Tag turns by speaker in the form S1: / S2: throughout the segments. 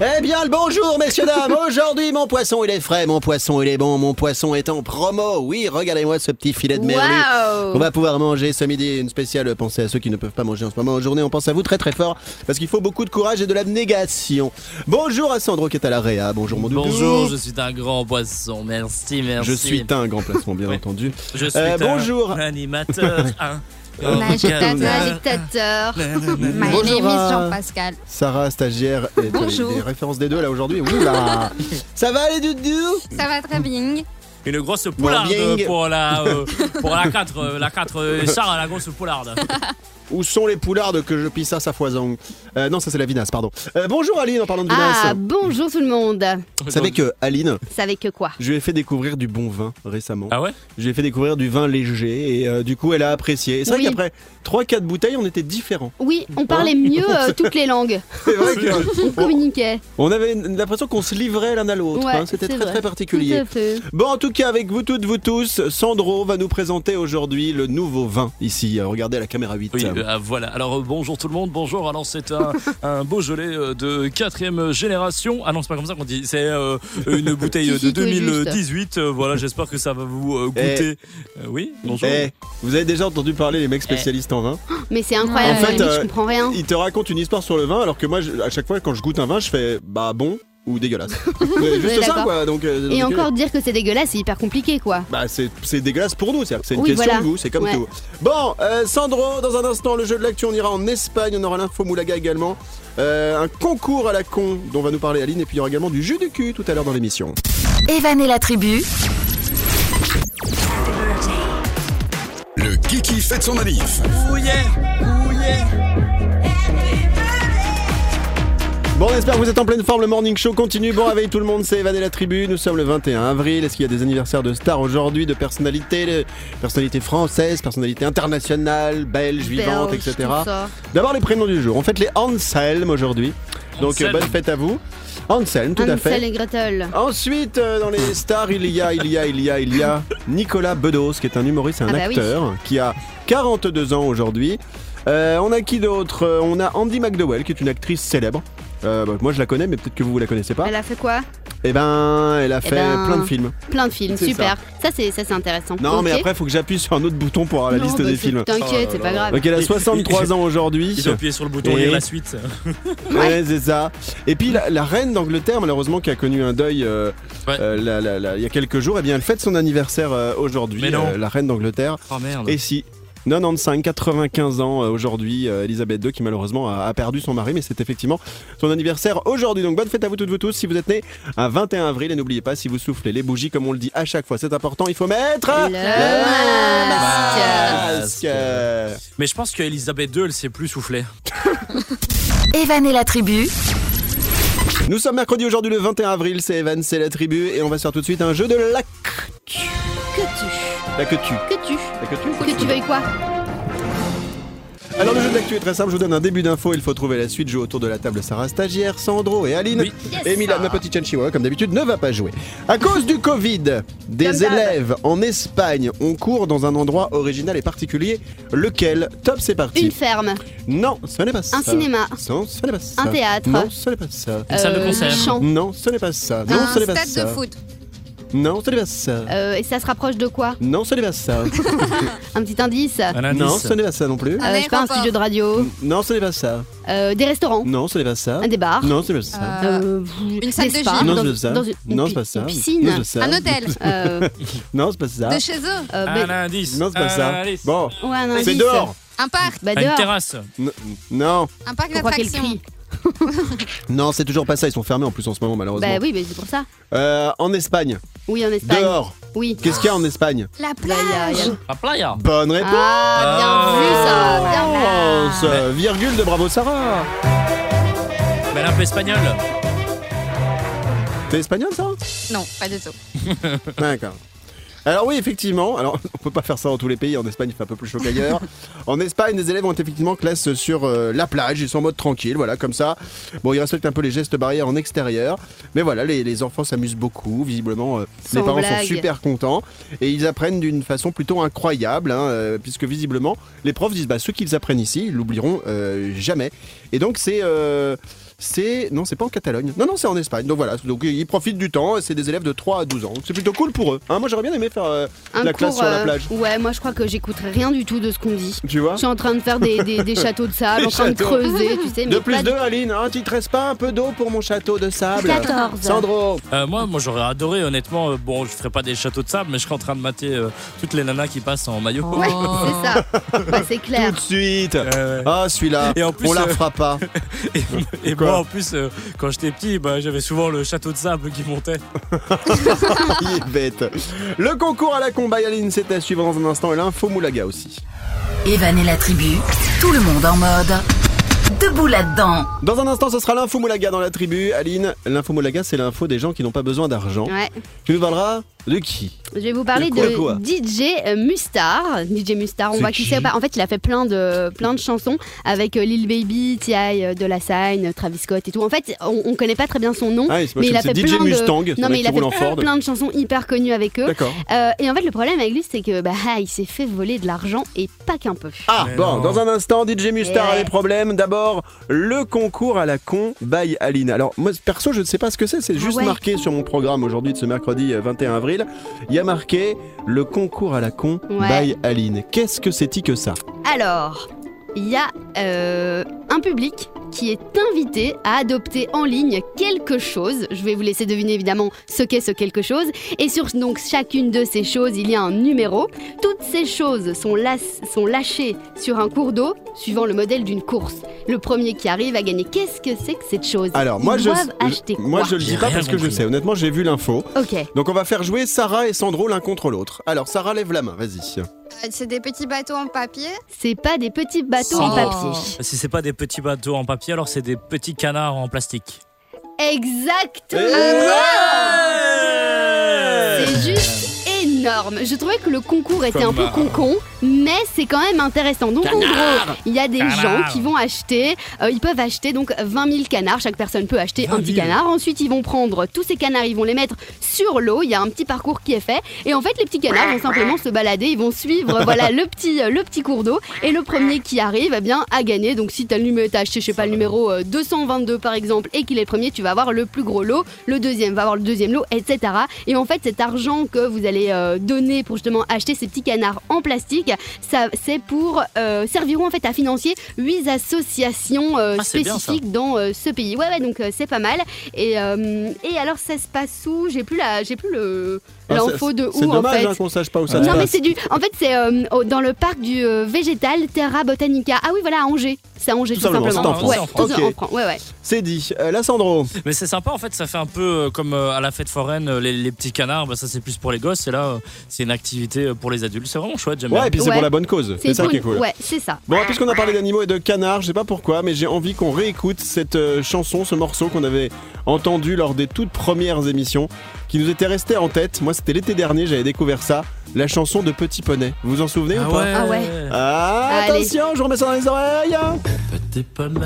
S1: Eh bien le bonjour messieurs dames, aujourd'hui mon poisson il est frais, mon poisson il est bon, mon poisson est en promo, oui regardez-moi ce petit filet de merlu
S2: Waouh
S1: On va pouvoir manger ce midi une spéciale pensée à ceux qui ne peuvent pas manger en ce moment en journée, on pense à vous très très fort parce qu'il faut beaucoup de courage et de l'abnégation Bonjour à Sandro qui est à la réa, bonjour mon doudou
S3: Bonjour, je suis un grand poisson. Merci, merci.
S1: Je suis un grand placement bien
S3: Oui.
S1: entendu
S3: Je suis
S1: Euh,
S3: un
S1: bonjour.
S3: animateur. un
S2: Magictateur,
S3: organe-
S2: dictateur. My
S1: Bonjour euh,
S2: name
S1: à-
S2: is Jean-Pascal.
S1: Sarah stagiaire et t'as
S2: Bonjour.
S1: les- les références des deux là aujourd'hui Oula Ça va les doudous
S2: Ça va très bien.
S3: Une grosse poularde
S1: Morning.
S3: pour la, euh, pour la 4. euh, la 4, euh, Sarah, la grosse poularde.
S1: Où sont les poulardes que je pisse à sa foison Euh, Non, ça c'est la vinasse, pardon. Euh, bonjour Aline, en parlant de vinasse.
S4: Ah, bonjour tout le monde.
S1: Vous savez que Aline,
S4: Vous savez que quoi
S1: je lui ai fait découvrir du bon vin récemment.
S3: Ah ouais
S1: Je lui ai fait découvrir du vin léger et euh, du coup elle a apprécié. Et C'est
S4: Oui.
S1: vrai qu'après 3-4 bouteilles, on était différents.
S4: Oui, on parlait
S1: Oh.
S4: mieux euh, toutes les langues.
S1: C'est vrai que-
S4: On communiquait.
S1: on avait l'impression qu'on se livrait l'un à l'autre.
S4: Ouais,
S1: hein. C'était
S4: c'est
S1: très
S4: vrai.
S1: très particulier.
S4: Tout à fait.
S1: Bon, en tout cas, avec vous toutes, vous tous, Sandro va nous présenter aujourd'hui le nouveau vin ici. Euh, Regardez à la caméra 8.
S3: Oui, euh, ah, voilà. Alors euh, bonjour tout le monde, bonjour. Alors c'est un, un Beaujolais euh, de quatrième génération. Ah non, c'est pas comme ça qu'on dit. C'est euh, une bouteille
S4: Si,
S3: de
S4: si, tout est juste.
S3: 2018. Euh, Voilà, j'espère que ça va vous euh, goûter. Euh, oui, bonjour.
S1: Eh, vous avez déjà entendu parler les
S4: Eh.
S1: mecs spécialistes en vin
S4: Mais c'est incroyable,
S1: En fait,
S4: Rémi,
S1: euh,
S4: je comprends rien.
S1: Il te raconte une histoire sur le vin, alors que moi, je- à chaque fois, quand je goûte un vin, je fais bah bon ou dégueulasse. Mais
S4: Ouais,
S1: Juste ça,
S4: d'accord.
S1: quoi. Donc, euh,
S4: Et
S1: donc, euh,
S4: encore dire que c'est dégueulasse, c'est hyper compliqué quoi.
S1: Bah, c'est c'est dégueulasse pour nous, c'est-à-dire que c'est une
S4: Oui,
S1: question
S4: voilà.
S1: de goût, c'est comme
S4: Ouais.
S1: tout. Bon, euh, Sandro, dans un instant, le jeu de l'actu, on ira en Espagne, on aura l'info Moulaga également. Euh, un concours à la con dont va nous parler Aline, et puis il y aura également du jus du cul tout à l'heure dans l'émission.
S5: Evan et la tribu.
S6: Le Kiki fête son manif.
S1: Bon, on espère que vous êtes en pleine forme. Le morning show continue. Bon réveil tout le monde, c'est Evan et la tribu. Nous sommes le 21 avril. Est-ce qu'il y a des anniversaires de stars aujourd'hui, de personnalités, de personnalités françaises, personnalités internationales, belges, vivantes,
S4: Belge,
S1: etc.
S4: tout ça.
S1: D'abord les prénoms du jour. On fête les Anselm aujourd'hui. Donc euh,
S3: Anselm.
S1: bonne fête à vous. Anselm, tout à fait.
S4: Hansel et Gretel.
S1: Ensuite, euh, dans les stars, il y a, il y a, il y a, il y a Nicolas Bedos, qui est un humoriste, et un
S4: Ah bah oui.
S1: acteur, qui a 42 ans aujourd'hui. Euh, on a qui d'autre Euh, On a Andy McDowell, qui est une actrice célèbre. Euh, bah, moi je la connais, mais peut-être que vous vous la connaissez pas.
S4: Elle a fait quoi
S1: Eh ben, elle a fait
S4: ben,
S1: plein de films.
S4: Plein de films,
S1: C'est
S4: super. Ça, c'est ça c'est intéressant.
S1: Non, mais
S4: Ok.
S1: après, faut que j'appuie sur un autre bouton pour avoir la
S4: Non,
S1: liste
S4: bah,
S1: des
S4: c'est-
S1: films. Oh
S4: T'inquiète, c'est pas grave.
S1: Donc elle a 63 ans aujourd'hui.
S3: Ils ont appuyé sur le bouton
S1: Et-
S3: lire la suite.
S1: Ouais, c'est ça. Et puis la, la reine d'Angleterre, malheureusement, qui a connu un deuil euh,
S3: Ouais.
S1: euh, la- la- la- il y a quelques jours, eh bien, elle fête son anniversaire euh, aujourd'hui,
S3: Mais non.
S1: la reine d'Angleterre.
S3: Oh merde.
S1: Et si 95, 95 ans euh, aujourd'hui, euh, Elisabeth II qui malheureusement a, a perdu son mari, mais c'est effectivement son anniversaire aujourd'hui. Donc bonne fête à vous toutes, vous tous, si vous êtes nés un 21 avril. Et n'oubliez pas, si vous soufflez les bougies, comme on le dit à chaque fois, c'est important, il faut mettre
S4: Le
S3: masque.
S1: masque. Euh,
S3: Mais je pense qu'Elisabeth II, elle s'est plus soufflée.
S5: Evan et la tribu.
S1: Nous sommes mercredi aujourd'hui le 21 avril, c'est Evan, c'est la tribu, et on va se faire tout de suite un jeu de lac.
S4: Que tu,
S1: La que tu.
S4: que tu,
S1: La que tu.
S4: que tu veuilles quoi
S1: Alors le jeu de l'actu est très simple, je vous donne un début d'info, il faut trouver la suite, jouer autour de la table Sarah Stagiaire, Sandro et Aline.
S3: Oui.
S1: Et Milan, ma petite chaîne chihuahua, comme d'habitude, ne va pas jouer. À cause du Covid,
S4: Comme
S1: des
S4: d'hab.
S1: élèves en Espagne ont cours dans un endroit original et particulier. Lequel Top, c'est parti.
S4: Une ferme,
S1: Non, ce n'est pas ça.
S4: un cinéma,
S1: Non, ce n'est pas ça.
S4: un théâtre,
S1: Non, ce n'est pas ça.
S3: Une salle de
S4: euh,
S3: concert.
S4: un champ.
S1: Non, ce n'est pas ça. Non, ce n'est
S2: un
S1: pas
S2: stade
S1: ça.
S2: de foot.
S1: Non, ce n'est pas ça.
S4: Euh, et ça se rapproche de quoi
S1: Non, ce n'est pas ça.
S4: Un petit indice
S3: Un
S1: non,
S3: indice.
S1: ce n'est pas ça non plus.
S2: Un
S4: Euh, je sais pas, un
S2: aéroport.
S4: studio de radio,
S1: Non, ce n'est pas ça.
S4: euh, des restaurants,
S1: Non, ce n'est pas ça.
S4: un des bars,
S1: Non, ce n'est pas ça.
S2: Euh,
S4: euh, pff,
S2: une salle
S4: des
S2: de
S4: spas,
S2: gym.
S1: Non,
S4: dans-
S1: c'est pas ça.
S4: dans une-
S1: Non,
S4: une
S1: c'est
S4: pi-
S1: pas ça.
S4: Une
S1: Non, c'est
S4: piscine,
S1: pas ça.
S2: Un hôtel.
S4: euh,
S1: Non, c'est pas ça.
S2: De chez eux.
S4: euh,
S3: Un
S4: bah,
S3: indice.
S1: Non, c'est pas
S3: Un
S1: ça.
S3: indice.
S1: Bon,
S4: ouais, un
S1: Ah, c'est
S4: indice.
S1: dehors.
S2: Un parc.
S4: Bah
S3: À une
S4: dehors.
S3: terrasse.
S1: N- non.
S2: Un parc
S4: Je crois qu'elle
S2: d'attractions.
S4: crie.
S1: Non, c'est toujours pas ça. Ils sont fermés en plus en ce moment, malheureusement.
S4: Bah oui, mais c'est pour ça.
S1: Euh, en Espagne.
S4: Oui, en Espagne.
S1: Dehors.
S4: Oui.
S1: Qu'est-ce qu'il y a en Espagne
S2: La
S4: Là, il y a- il
S2: plage.
S4: y a-
S3: La playa.
S1: Bonne réponse.
S4: Ah, bien
S3: Ah.
S4: vu ça. Bien vu.
S1: Réponse. Euh, Virgule de Bravo Sarah.
S3: Mais Ben, un peu espagnol.
S1: T'es espagnol, ça
S2: Non, pas du tout.
S1: D'accord. Alors oui, effectivement, alors on peut pas faire ça dans tous les pays, en Espagne il fait un peu plus chaud qu'ailleurs. en Espagne, les élèves ont effectivement classe sur euh, la plage, ils sont en mode tranquille, voilà, comme ça. Bon, ils respectent un peu les gestes barrières en extérieur, mais voilà, les, les enfants s'amusent beaucoup, visiblement euh, les
S4: Sans
S1: parents sont
S4: blague.
S1: super contents, et ils apprennent d'une façon plutôt incroyable, hein, euh, puisque visiblement, les profs disent, bah, ce qu'ils apprennent ici, ils l'oublieront euh, jamais. Et donc c'est... euh, c'est non, c'est pas en Catalogne. Non, non, c'est en Espagne. Donc voilà, donc ils profitent du temps. et C'est des élèves de 3 à 12 ans. Donc C'est plutôt cool pour eux. Hein, moi, j'aurais bien aimé faire euh,
S4: Un
S1: la
S4: cours,
S1: classe sur la
S4: euh,
S1: plage.
S4: Ouais, moi je crois que j'écouterai rien du tout de ce qu'on dit.
S1: Tu vois
S4: Je suis en train de faire des, des- des châteaux de sable,
S1: Des
S4: en train de
S1: châteaux.
S4: creuser, tu sais.
S1: De
S4: mais pas
S1: plus
S4: du-
S1: 2, Aline. Hein, tu te restes pas un peu d'eau pour mon château de sable
S4: 14.
S1: Sandro.
S3: Euh, moi, moi j'aurais adoré, honnêtement. euh, bon, je ferais pas des châteaux de sable, mais je serais en train de mater euh, toutes les nanas qui passent en maillot.
S4: Ouais, c'est ça. Ouais, c'est clair.
S1: Oh. Tout de suite.
S3: Euh,
S1: Ah, celui-là.
S3: Et en plus,
S1: on la
S3: euh,
S1: fera pas.
S3: et et
S1: Quoi
S3: moi, en plus, euh, quand j'étais petit, bah, j'avais souvent le château de sable qui montait.
S1: Il est bête. Le concours à la combat, Aline, c'est à suivre dans un instant. Et l'info Moulaga aussi.
S5: Evan et la tribu, tout le monde en mode. Debout là-dedans.
S1: Dans un instant, ce sera l'info Moulaga dans la tribu. Aline, l'info Moulaga, c'est l'info des gens qui n'ont pas besoin d'argent.
S4: Ouais.
S1: Tu nous parleras de qui
S4: Je vais vous parler
S1: De quoi, quoi
S4: de DJ euh, Mustar. DJ Mustar, on
S1: C'est
S4: voit qui
S1: qui
S4: c'est ou pas. En fait, il a fait plein de, plein de chansons avec euh, Lil Baby, T.I. euh, de la Sign, Travis Scott et tout. En fait, on, on connaît pas très bien son nom.
S1: Ah, c'est
S4: mais il a fait
S1: c'est DJ
S4: plein de-
S1: Mustang. c'est
S4: Non,
S1: un
S4: mais
S1: mec
S4: il a
S1: qui roule en
S4: fait
S1: Ford.
S4: plein de chansons hyper connues avec eux.
S1: D'accord.
S4: Euh, et en fait, le problème avec lui, c'est que bah, ah, il s'est fait voler de l'argent et pas qu'un peu.
S1: Ah,
S3: Mais
S1: bon,
S3: non.
S1: dans un instant, DJ Mustar a
S4: Ouais.
S1: des problèmes. D'abord, le concours à la con by Aline. Alors, moi, perso, je ne sais pas ce que c'est. C'est juste
S4: Ah ouais.
S1: marqué sur mon programme aujourd'hui de ce mercredi euh, 21 avril. Il y a marqué le concours à la con
S4: Ouais.
S1: by Aline. Qu'est-ce que c'est que ça
S4: Alors, il y a euh, un public qui est invité à adopter en ligne quelque chose. Je vais vous laisser deviner évidemment ce qu'est ce quelque chose. Et sur donc chacune de ces choses, il y a un numéro. Toutes ces choses sont, las- sont lâchées sur un cours d'eau, suivant le modèle d'une course. Le premier qui arrive à gagner. Qu'est-ce que c'est que cette chose
S1: Alors,
S4: Ils
S1: moi, je,
S4: doivent acheter
S1: je- moi,
S4: quoi
S1: je le dis
S3: J'ai
S1: pas
S3: rien
S1: parce que je
S3: compris.
S1: sais. Honnêtement, j'ai vu l'info.
S4: Ok.
S1: Donc, on va faire jouer Sarah et Sandro l'un contre l'autre. Alors, Sarah, lève la main, vas-y.
S2: Euh, C'est des petits bateaux en papier.
S4: C'est pas des petits bateaux en
S3: Oh.
S4: papier.
S3: Si c'est pas des petits bateaux en papier, alors c'est des petits canards en plastique.
S4: Exactement. C'est juste énorme. Je trouvais que le concours était un peu concon, mais c'est quand même intéressant. Donc en gros, il y a des
S3: Canard.
S4: gens qui vont acheter, euh, ils peuvent acheter donc 20 000 canards, chaque personne peut acheter un
S3: 20
S4: petit
S3: 000.
S4: canard. Ensuite, ils vont prendre tous ces canards, ils vont les mettre sur l'eau, il y a un petit parcours qui est fait et en fait, les petits canards vont simplement se balader, ils vont suivre euh, voilà le petit euh, le petit cours d'eau et le premier qui arrive eh bien a gagné. Donc si tu as, acheté je sais pas le numéro euh, 222 par exemple et qu'il est le premier, tu vas avoir le plus gros lot, le deuxième va avoir le deuxième lot, etc. Et en fait, cet argent que vous allez euh, donner pour justement acheter ces petits canards en plastique, ça c'est pour euh, serviront en fait à financer huit associations euh,
S3: Ah, c'est bien, ça.
S4: spécifiques dans euh, ce pays. Ouais ouais, donc euh, c'est pas mal. Et, euh, et alors ça se passe où J'ai plus la j'ai plus le
S1: Ah,
S4: l'info
S1: c'est-
S4: de
S1: C'est
S4: où en
S1: dommage
S4: fait.
S1: hein, qu'on sache pas où ça se
S4: Non mais
S1: passe.
S4: c'est du. En fait c'est euh, au- dans le parc du euh, végétal Terra Botanica. Ah oui voilà à Angers. C'est à Angers
S1: Tout
S4: tout,
S1: simplement,
S4: simplement.
S3: c'est en
S4: ouais,
S3: France.
S4: tout
S1: C'est en
S4: en
S1: France.
S4: France. Ouais ouais.
S1: C'est dit. Euh, là, Sandro.
S3: Mais c'est sympa en fait, ça fait un peu euh, comme euh, à la fête foraine, euh, les, les petits canards, bah, ça c'est plus pour les gosses, et là euh, c'est une activité euh, pour les adultes, c'est vraiment chouette, j'aime
S1: Ouais,
S3: bien.
S1: et puis c'est
S4: Ouais.
S1: pour la bonne cause. C'est ça
S4: cool.
S1: qui est cool.
S4: Ouais c'est ça.
S1: Bon, alors, puisqu'on a parlé d'animaux et de canards, je sais pas pourquoi, mais j'ai envie qu'on réécoute cette euh, chanson, ce morceau qu'on avait entendu lors des toutes premières émissions, qui nous était resté en tête. Moi, c'était l'été dernier, j'avais découvert ça, la chanson de Petit Poney. Vous vous en souvenez ou pas
S4: Ah ouais.
S1: Ah,
S4: Allez.
S1: attention, je vous remets ça dans les oreilles hein.
S7: Petit poney,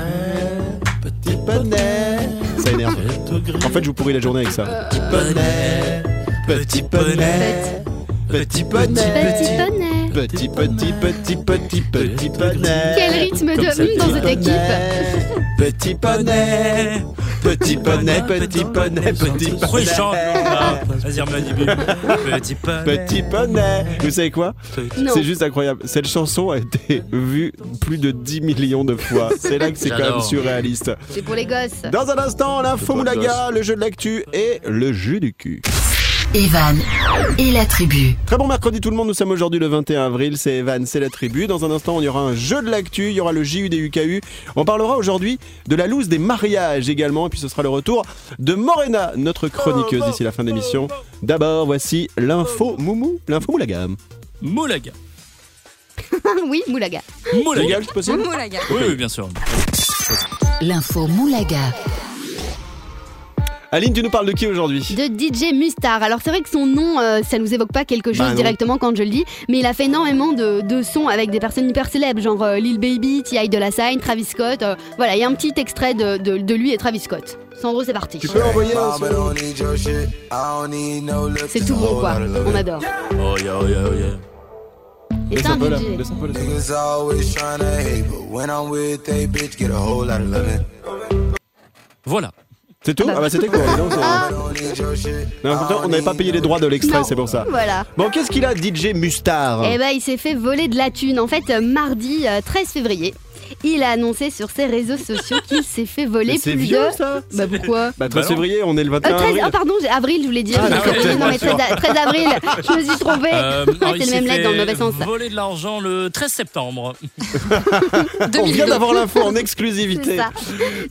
S7: petit
S1: Petit Poney Ça énerve.
S7: tout gris.
S1: En fait, je vous pourris la journée avec ça.
S7: Petit poney, petit poney, petit poney,
S4: Petit poney.
S1: Petit, petit, petit, petit, petit poney
S4: Quel rythme de
S3: ça
S4: hum dans cette
S1: Petit
S4: équipe.
S1: poney, Petit poney Petit poney, petit poney, petit
S3: Pourquoi
S1: poney
S3: ils chantent Ah, Vas-y, remets la début. Petit poney.
S1: Petit poney Vous savez quoi
S4: Non.
S1: C'est juste incroyable. Cette chanson a été vue plus de 10 millions de fois. C'est là que c'est quand même
S3: J'adore.
S1: surréaliste.
S4: C'est pour les gosses.
S1: Dans un instant, l'info moulaga, le jeu de l'actu et le jeu du cul.
S5: Evan et la tribu.
S1: Très bon mercredi tout le monde, nous sommes aujourd'hui le 21 avril, c'est Evan, c'est la tribu. Dans un instant, on y aura un jeu de l'actu, il y aura le JU des UKU. On parlera aujourd'hui de la loose des mariages également, et puis ce sera le retour de Morena, notre chroniqueuse d'ici la fin de l'émission. D'abord, voici l'info moumou, l'info moulaga.
S3: Moulaga.
S4: oui Moulaga.
S3: Moulaga.
S1: Moulaga, c'est possible
S2: Moumou la gare.
S3: Oui, oui, bien sûr.
S5: L'info Moulaga.
S1: Aline, tu nous parles de qui aujourd'hui
S4: de DJ Mustard. Alors c'est vrai que son nom, euh, ça nous évoque pas quelque chose
S1: Bah non.
S4: directement quand je le dis, mais il a fait énormément de, de sons avec des personnes hyper célèbres, genre euh, Lil Baby, T.I. de la Sign, Travis Scott. euh, voilà, il y a un petit extrait de, de- de lui et Travis Scott. Sandro, c'est parti.
S1: Tu peux envoyer un
S7: Mama don't need your shit. I don't need no looks.
S4: C'est tout bon quoi, on adore.
S3: Oh yeah, oh yeah, oh yeah.
S4: Et c'est
S1: Laisse
S4: un
S1: un peu là,
S4: DJ.
S1: laisse un peu, laisse un peu.
S7: Niggas always trying to hate, but when I'm with they bitch, get a whole lot of loving.
S3: Voilà.
S1: C'est tout Ah bah c'était quoi Non, c'est-
S7: I don't need your shit.
S1: Non, en même temps, on n'avait pas payé les droits de l'extrait,
S4: Non.
S1: c'est pour ça. Ah.
S4: Voilà.
S1: Bon, qu'est-ce qu'il a, DJ Mustard
S4: Eh ben, il s'est fait voler de la thune. En fait, euh, mardi euh, 13 février, il a annoncé sur ses réseaux sociaux qu'il s'est fait voler
S1: Mais
S4: plus
S1: C'est vieux,
S4: de.
S1: ça
S4: Bah pourquoi
S1: Bah 13
S3: Bah non.
S1: février, on est le
S4: Euh,
S1: 21
S4: 13,
S1: avril.
S4: ah, pardon, j'ai- avril, je voulais dire.
S1: Ah, d'accord,
S4: Oui, non, mais 13, a- 13 avril, je me suis trompée.
S3: Euh, alors, il
S4: Eh, c'est le
S3: s'est
S4: même lettre dans le
S3: fait
S4: mauvais sens.
S3: Voler de l'argent le 13 septembre.
S1: On vient
S4: 2002.
S1: d'avoir l'info en
S4: C'est
S1: exclusivité.
S4: ça.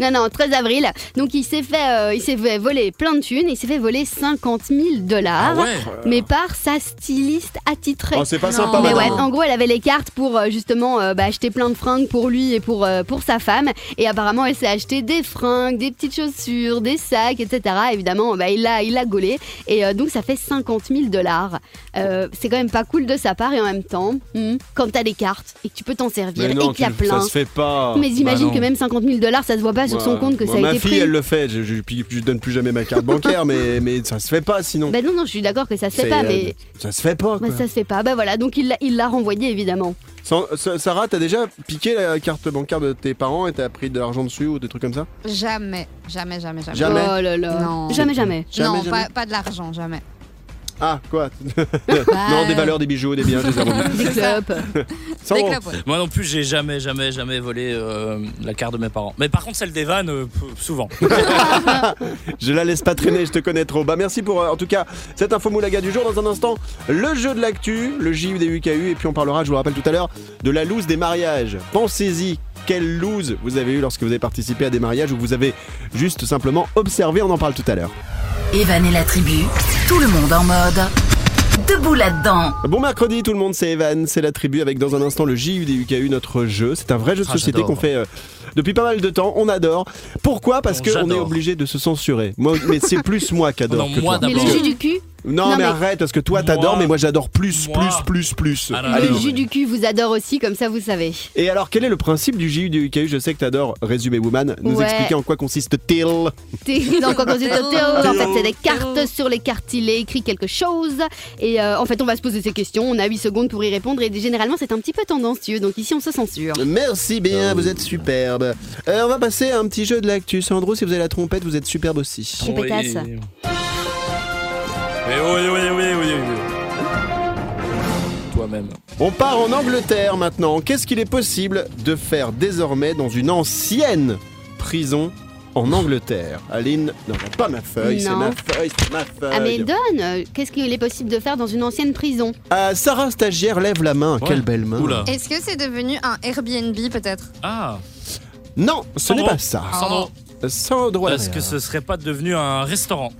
S4: Non, non, 13 avril. Donc, il s'est fait, euh, il s'est fait voler plein de thunes. Il s'est fait voler 50 000 dollars.
S3: Ah ouais.
S4: Mais par sa styliste attitrée.
S1: Oh, c'est pas
S8: Non.
S1: sympa,
S4: Mais ouais,
S1: madame.
S4: en gros, elle avait les cartes pour euh, justement euh, bah, acheter plein de fringues pour lui et pour, euh, pour sa femme. Et apparemment, elle s'est acheté des fringues, des petites chaussures, des sacs, etc. Évidemment, bah, il l'a il l'a gaulé. Et euh, donc, ça fait 50 000 dollars. Euh, c'est quand même pas cool de sa part. Et en même temps, hmm, quand t'as des cartes et que tu peux t'en servir
S1: Mais non,
S4: et qu'il y a
S1: tu-
S4: plein.
S1: ça Bah se fait pas.
S4: Mais j'imagine
S3: non.
S4: que même 50 000 dollars, ça se voit pas sur son
S1: Moi,
S4: compte que
S1: moi,
S4: ça a
S1: bah, ma
S4: été
S1: fille,
S4: pris.
S1: elle le fait. Je, je, puis je donne plus jamais ma carte bancaire, mais, mais ça se fait pas sinon.
S4: Bah non, non, je suis d'accord que ça se
S1: C'est,
S4: fait pas,
S1: euh,
S4: mais
S1: Ça se fait pas.
S4: bah,
S1: quoi.
S4: ça se fait pas. Bah voilà, donc il l'a- il l'a renvoyé évidemment.
S1: San- Sa- Sarah, t'as déjà piqué la carte bancaire de tes parents et t'as pris de l'argent dessus ou des trucs comme ça
S2: Jamais, jamais, jamais, jamais.
S1: Jamais.
S4: Oh là là.
S2: Non.
S4: Jamais, jamais.
S1: Jamais,
S2: non,
S1: jamais.
S2: Pas, pas de l'argent, jamais.
S1: Ah, quoi
S4: Bah.
S1: Non, des valeurs, des bijoux, des biens, je les ai vendus.
S4: Des
S2: ça.
S4: clopes.
S1: Sans-
S2: Des clopes, ouais.
S3: Moi non plus, j'ai jamais, jamais, jamais volé euh, la carte de mes parents. Mais par contre, celle des vannes, euh, p- souvent.
S1: Je la laisse pas traîner, je te connais trop. Bah merci pour euh, en tout cas cette info moulaga du jour. Dans un instant, le jeu de l'actu, le JU des UKU, et puis on parlera, je vous le rappelle tout à l'heure, de la loose des mariages. Pensez-y, quelle loose vous avez eu lorsque vous avez participé à des mariages ou vous avez juste simplement observé, on en parle tout à l'heure.
S5: Evan et la tribu, tout le monde en mode. Debout là-dedans.
S1: Bon mercredi tout le monde, c'est Evan, c'est la tribu avec dans un instant le JU des UKU, notre jeu. C'est un vrai jeu de
S3: Ah,
S1: société
S3: j'adore.
S1: qu'on fait euh, depuis pas mal de temps, on adore. Pourquoi Parce
S3: Oh,
S1: qu'on est
S3: j'adore.
S1: obligé de se censurer. Moi, mais c'est plus moi qui adore
S3: Non,
S1: que
S3: moi
S1: toi.
S4: Mais le
S3: D'abord.
S4: jus du cul,
S1: Non,
S4: Non,
S1: mais,
S4: mais-
S1: arrête parce que toi t'adores
S3: Moi.
S1: mais moi j'adore plus
S3: Moi.
S1: plus plus plus.
S3: Ah, non,
S1: Allez.
S3: non,
S4: le
S3: non.
S4: jus du cul vous adore aussi, comme ça vous savez.
S1: Et alors quel est le principe du JU du UKU Je sais que t'adores résumé woman. Nous
S4: Ouais.
S1: expliquer en quoi consiste Till.
S4: T'es- Dans quoi consiste le théo En fait, c'est des
S2: Théo.
S4: cartes. Sur les cartes, il est écrit quelque chose. Et euh, en fait, on va se poser ces questions. On a 8 secondes pour y répondre. Et généralement, c'est un petit peu tendancieux. Donc ici, on se censure.
S1: Merci bien, vous êtes superbe. Euh, on va passer à un petit jeu de l'actu. Sandro, si vous avez la trompette, vous êtes superbe aussi.
S4: Ton pétasse.
S3: Oui, oui, oui, oui, oui, oui. Toi-même.
S1: On part en Angleterre maintenant. Qu'est-ce qu'il est possible de faire désormais dans une ancienne prison en Angleterre Aline, non, pas ma feuille, c'est
S4: Non.
S1: ma feuille, c'est ma feuille.
S4: Ah mais donne euh, Qu'est-ce qu'il est possible de faire dans une ancienne prison
S1: Ah, Sarah stagiaire lève la main. Quelle belle main.
S3: Oula.
S2: Est-ce que c'est devenu un Airbnb peut-être
S3: Ah,
S1: Non, ce n'est
S3: Sandro.
S1: pas ça.
S4: Ah.
S1: Euh,
S3: Sandro,
S1: Sans droit.
S3: est-ce que ce serait pas devenu un restaurant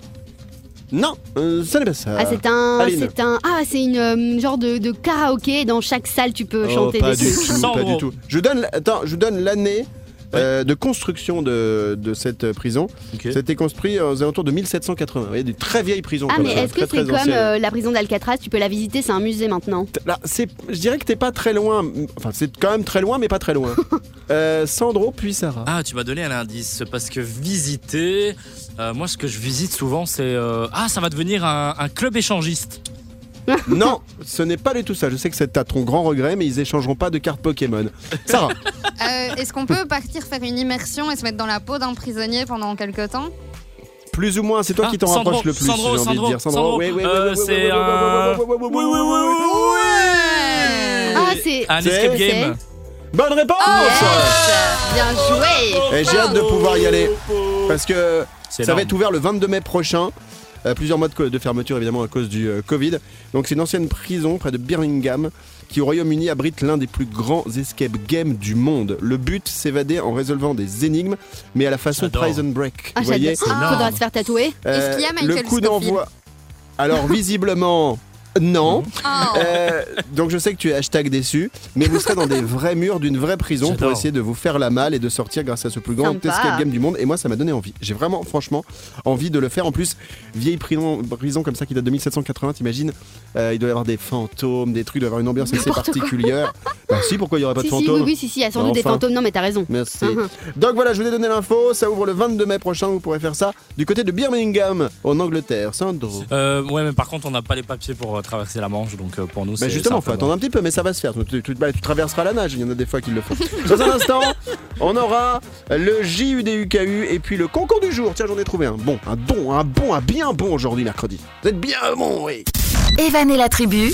S1: Non, euh, ce n'est pas ça.
S4: Ah c'est un,
S1: Aline.
S4: c'est un, ah c'est une euh, genre de, de karaoké. Dans chaque salle, tu peux
S1: Oh,
S4: chanter
S1: pas
S4: des
S1: du
S4: trucs.
S1: tout, pas
S3: Sandro.
S1: du tout. Je vous donne, la- attends, je vous donne l'année euh, de construction de, de cette prison.
S3: Ok.
S1: Ça a été construit aux alentours de 1780. Vous voyez, des très vieilles prisons.
S4: Ah
S1: comme
S4: mais
S1: ça,
S4: est-ce que
S1: très,
S4: c'est
S1: très
S4: comme
S1: anciennes.
S4: euh, la prison d'Alcatraz Tu peux la visiter, c'est un musée maintenant.
S1: Là, c'est, je dirais que t'es pas très loin. Enfin, c'est quand même très loin, mais pas très loin. Euh, Sandro puis Sarah.
S3: Ah, tu m'as donné un indice parce que visiter. euh, moi, ce que je visite souvent, c'est euh, ah, ça va devenir un, un club échangiste.
S1: Non, ce n'est pas du tout ça. Je sais que c'est à ton grand regret, mais ils échangeront pas de cartes Pokémon. Sarah.
S2: Euh, Est-ce qu'on peut partir faire une immersion et se mettre dans la peau d'un prisonnier pendant quelques temps
S1: Plus ou moins, c'est toi
S3: Ah,
S1: qui t'en
S3: Sandro,
S1: rapproches le plus, j'ai
S3: Sandro,
S1: envie de
S3: Sandro,
S1: dire.
S3: Sandro,
S1: oui, oui, oui,
S3: euh,
S1: oui,
S3: c'est
S1: oui, oui,
S3: un-
S1: oui, oui, oui, oui, oui, oui, oui, oui.
S4: Ah c'est
S3: Un escape
S4: c'est-
S3: game.
S1: Bonne réponse
S4: Oh, Bien joué
S1: Et Ah. Eh, j'ai hâte de pouvoir y aller. Parce que ça
S3: C'est
S1: va
S3: énorme.
S1: être ouvert le 22 mai prochain. Euh, plusieurs mois de co- de fermeture évidemment à cause du euh, Covid. Donc c'est une ancienne prison près de Birmingham qui au Royaume-Uni abrite l'un des plus grands escape games du monde. Le but, s'évader en résolvant des énigmes, mais à la façon
S3: J'adore.
S1: Prison Break.
S4: Ah
S1: Vous voyez
S4: j'adore. Faudra se faire tatouer.
S1: Euh,
S2: Est-ce qu'il y a
S1: Le
S2: Michael
S1: coup d'envoi. Alors visiblement, Non.
S2: Oh.
S1: Euh, donc je sais que tu es hashtag déçu, mais vous serez dans des vrais murs d'une vraie prison pour
S3: J'adore.
S1: essayer de vous faire la malle et de sortir grâce à ce plus grand
S4: Sympa.
S1: escape game du monde. Et moi, ça m'a donné envie. J'ai vraiment, franchement, envie de le faire. En plus, vieille prison, prison comme ça qui date de 1780, t'imagines euh, Il doit y avoir des fantômes, des trucs, il doit y avoir une ambiance assez
S4: N'importe quoi.
S1: particulière. bah si, pourquoi il n'y aurait pas
S4: Si,
S1: de
S4: si,
S1: fantômes
S4: oui, oui, si, si, il y a sans
S1: Bah,
S4: doute des
S1: enfin.
S4: fantômes. Non, mais t'as raison.
S1: Merci.
S4: Mhm.
S1: Donc voilà, je vous ai donné l'info. Ça ouvre le 22 mai prochain. Vous pourrez faire ça du côté de Birmingham, en Angleterre. Sandro.
S3: Euh, ouais, mais par contre, on n'a pas les papiers pour euh, traverser la Manche, donc euh, pour nous,
S1: Bah
S3: c'est.
S1: justement,
S3: c'est
S1: faut
S3: un peu-
S1: attendre un petit peu, mais ça va se faire. Tu, tu- tu- bah, tu traverseras la nage, il y en a des fois qui le font. Dans un instant, on aura le JUDUKU et puis le concours du jour. Tiens, j'en ai trouvé un bon, un bon, un bon, un bien bon aujourd'hui, mercredi. Vous êtes bien bon, oui.
S5: Evan et la tribu.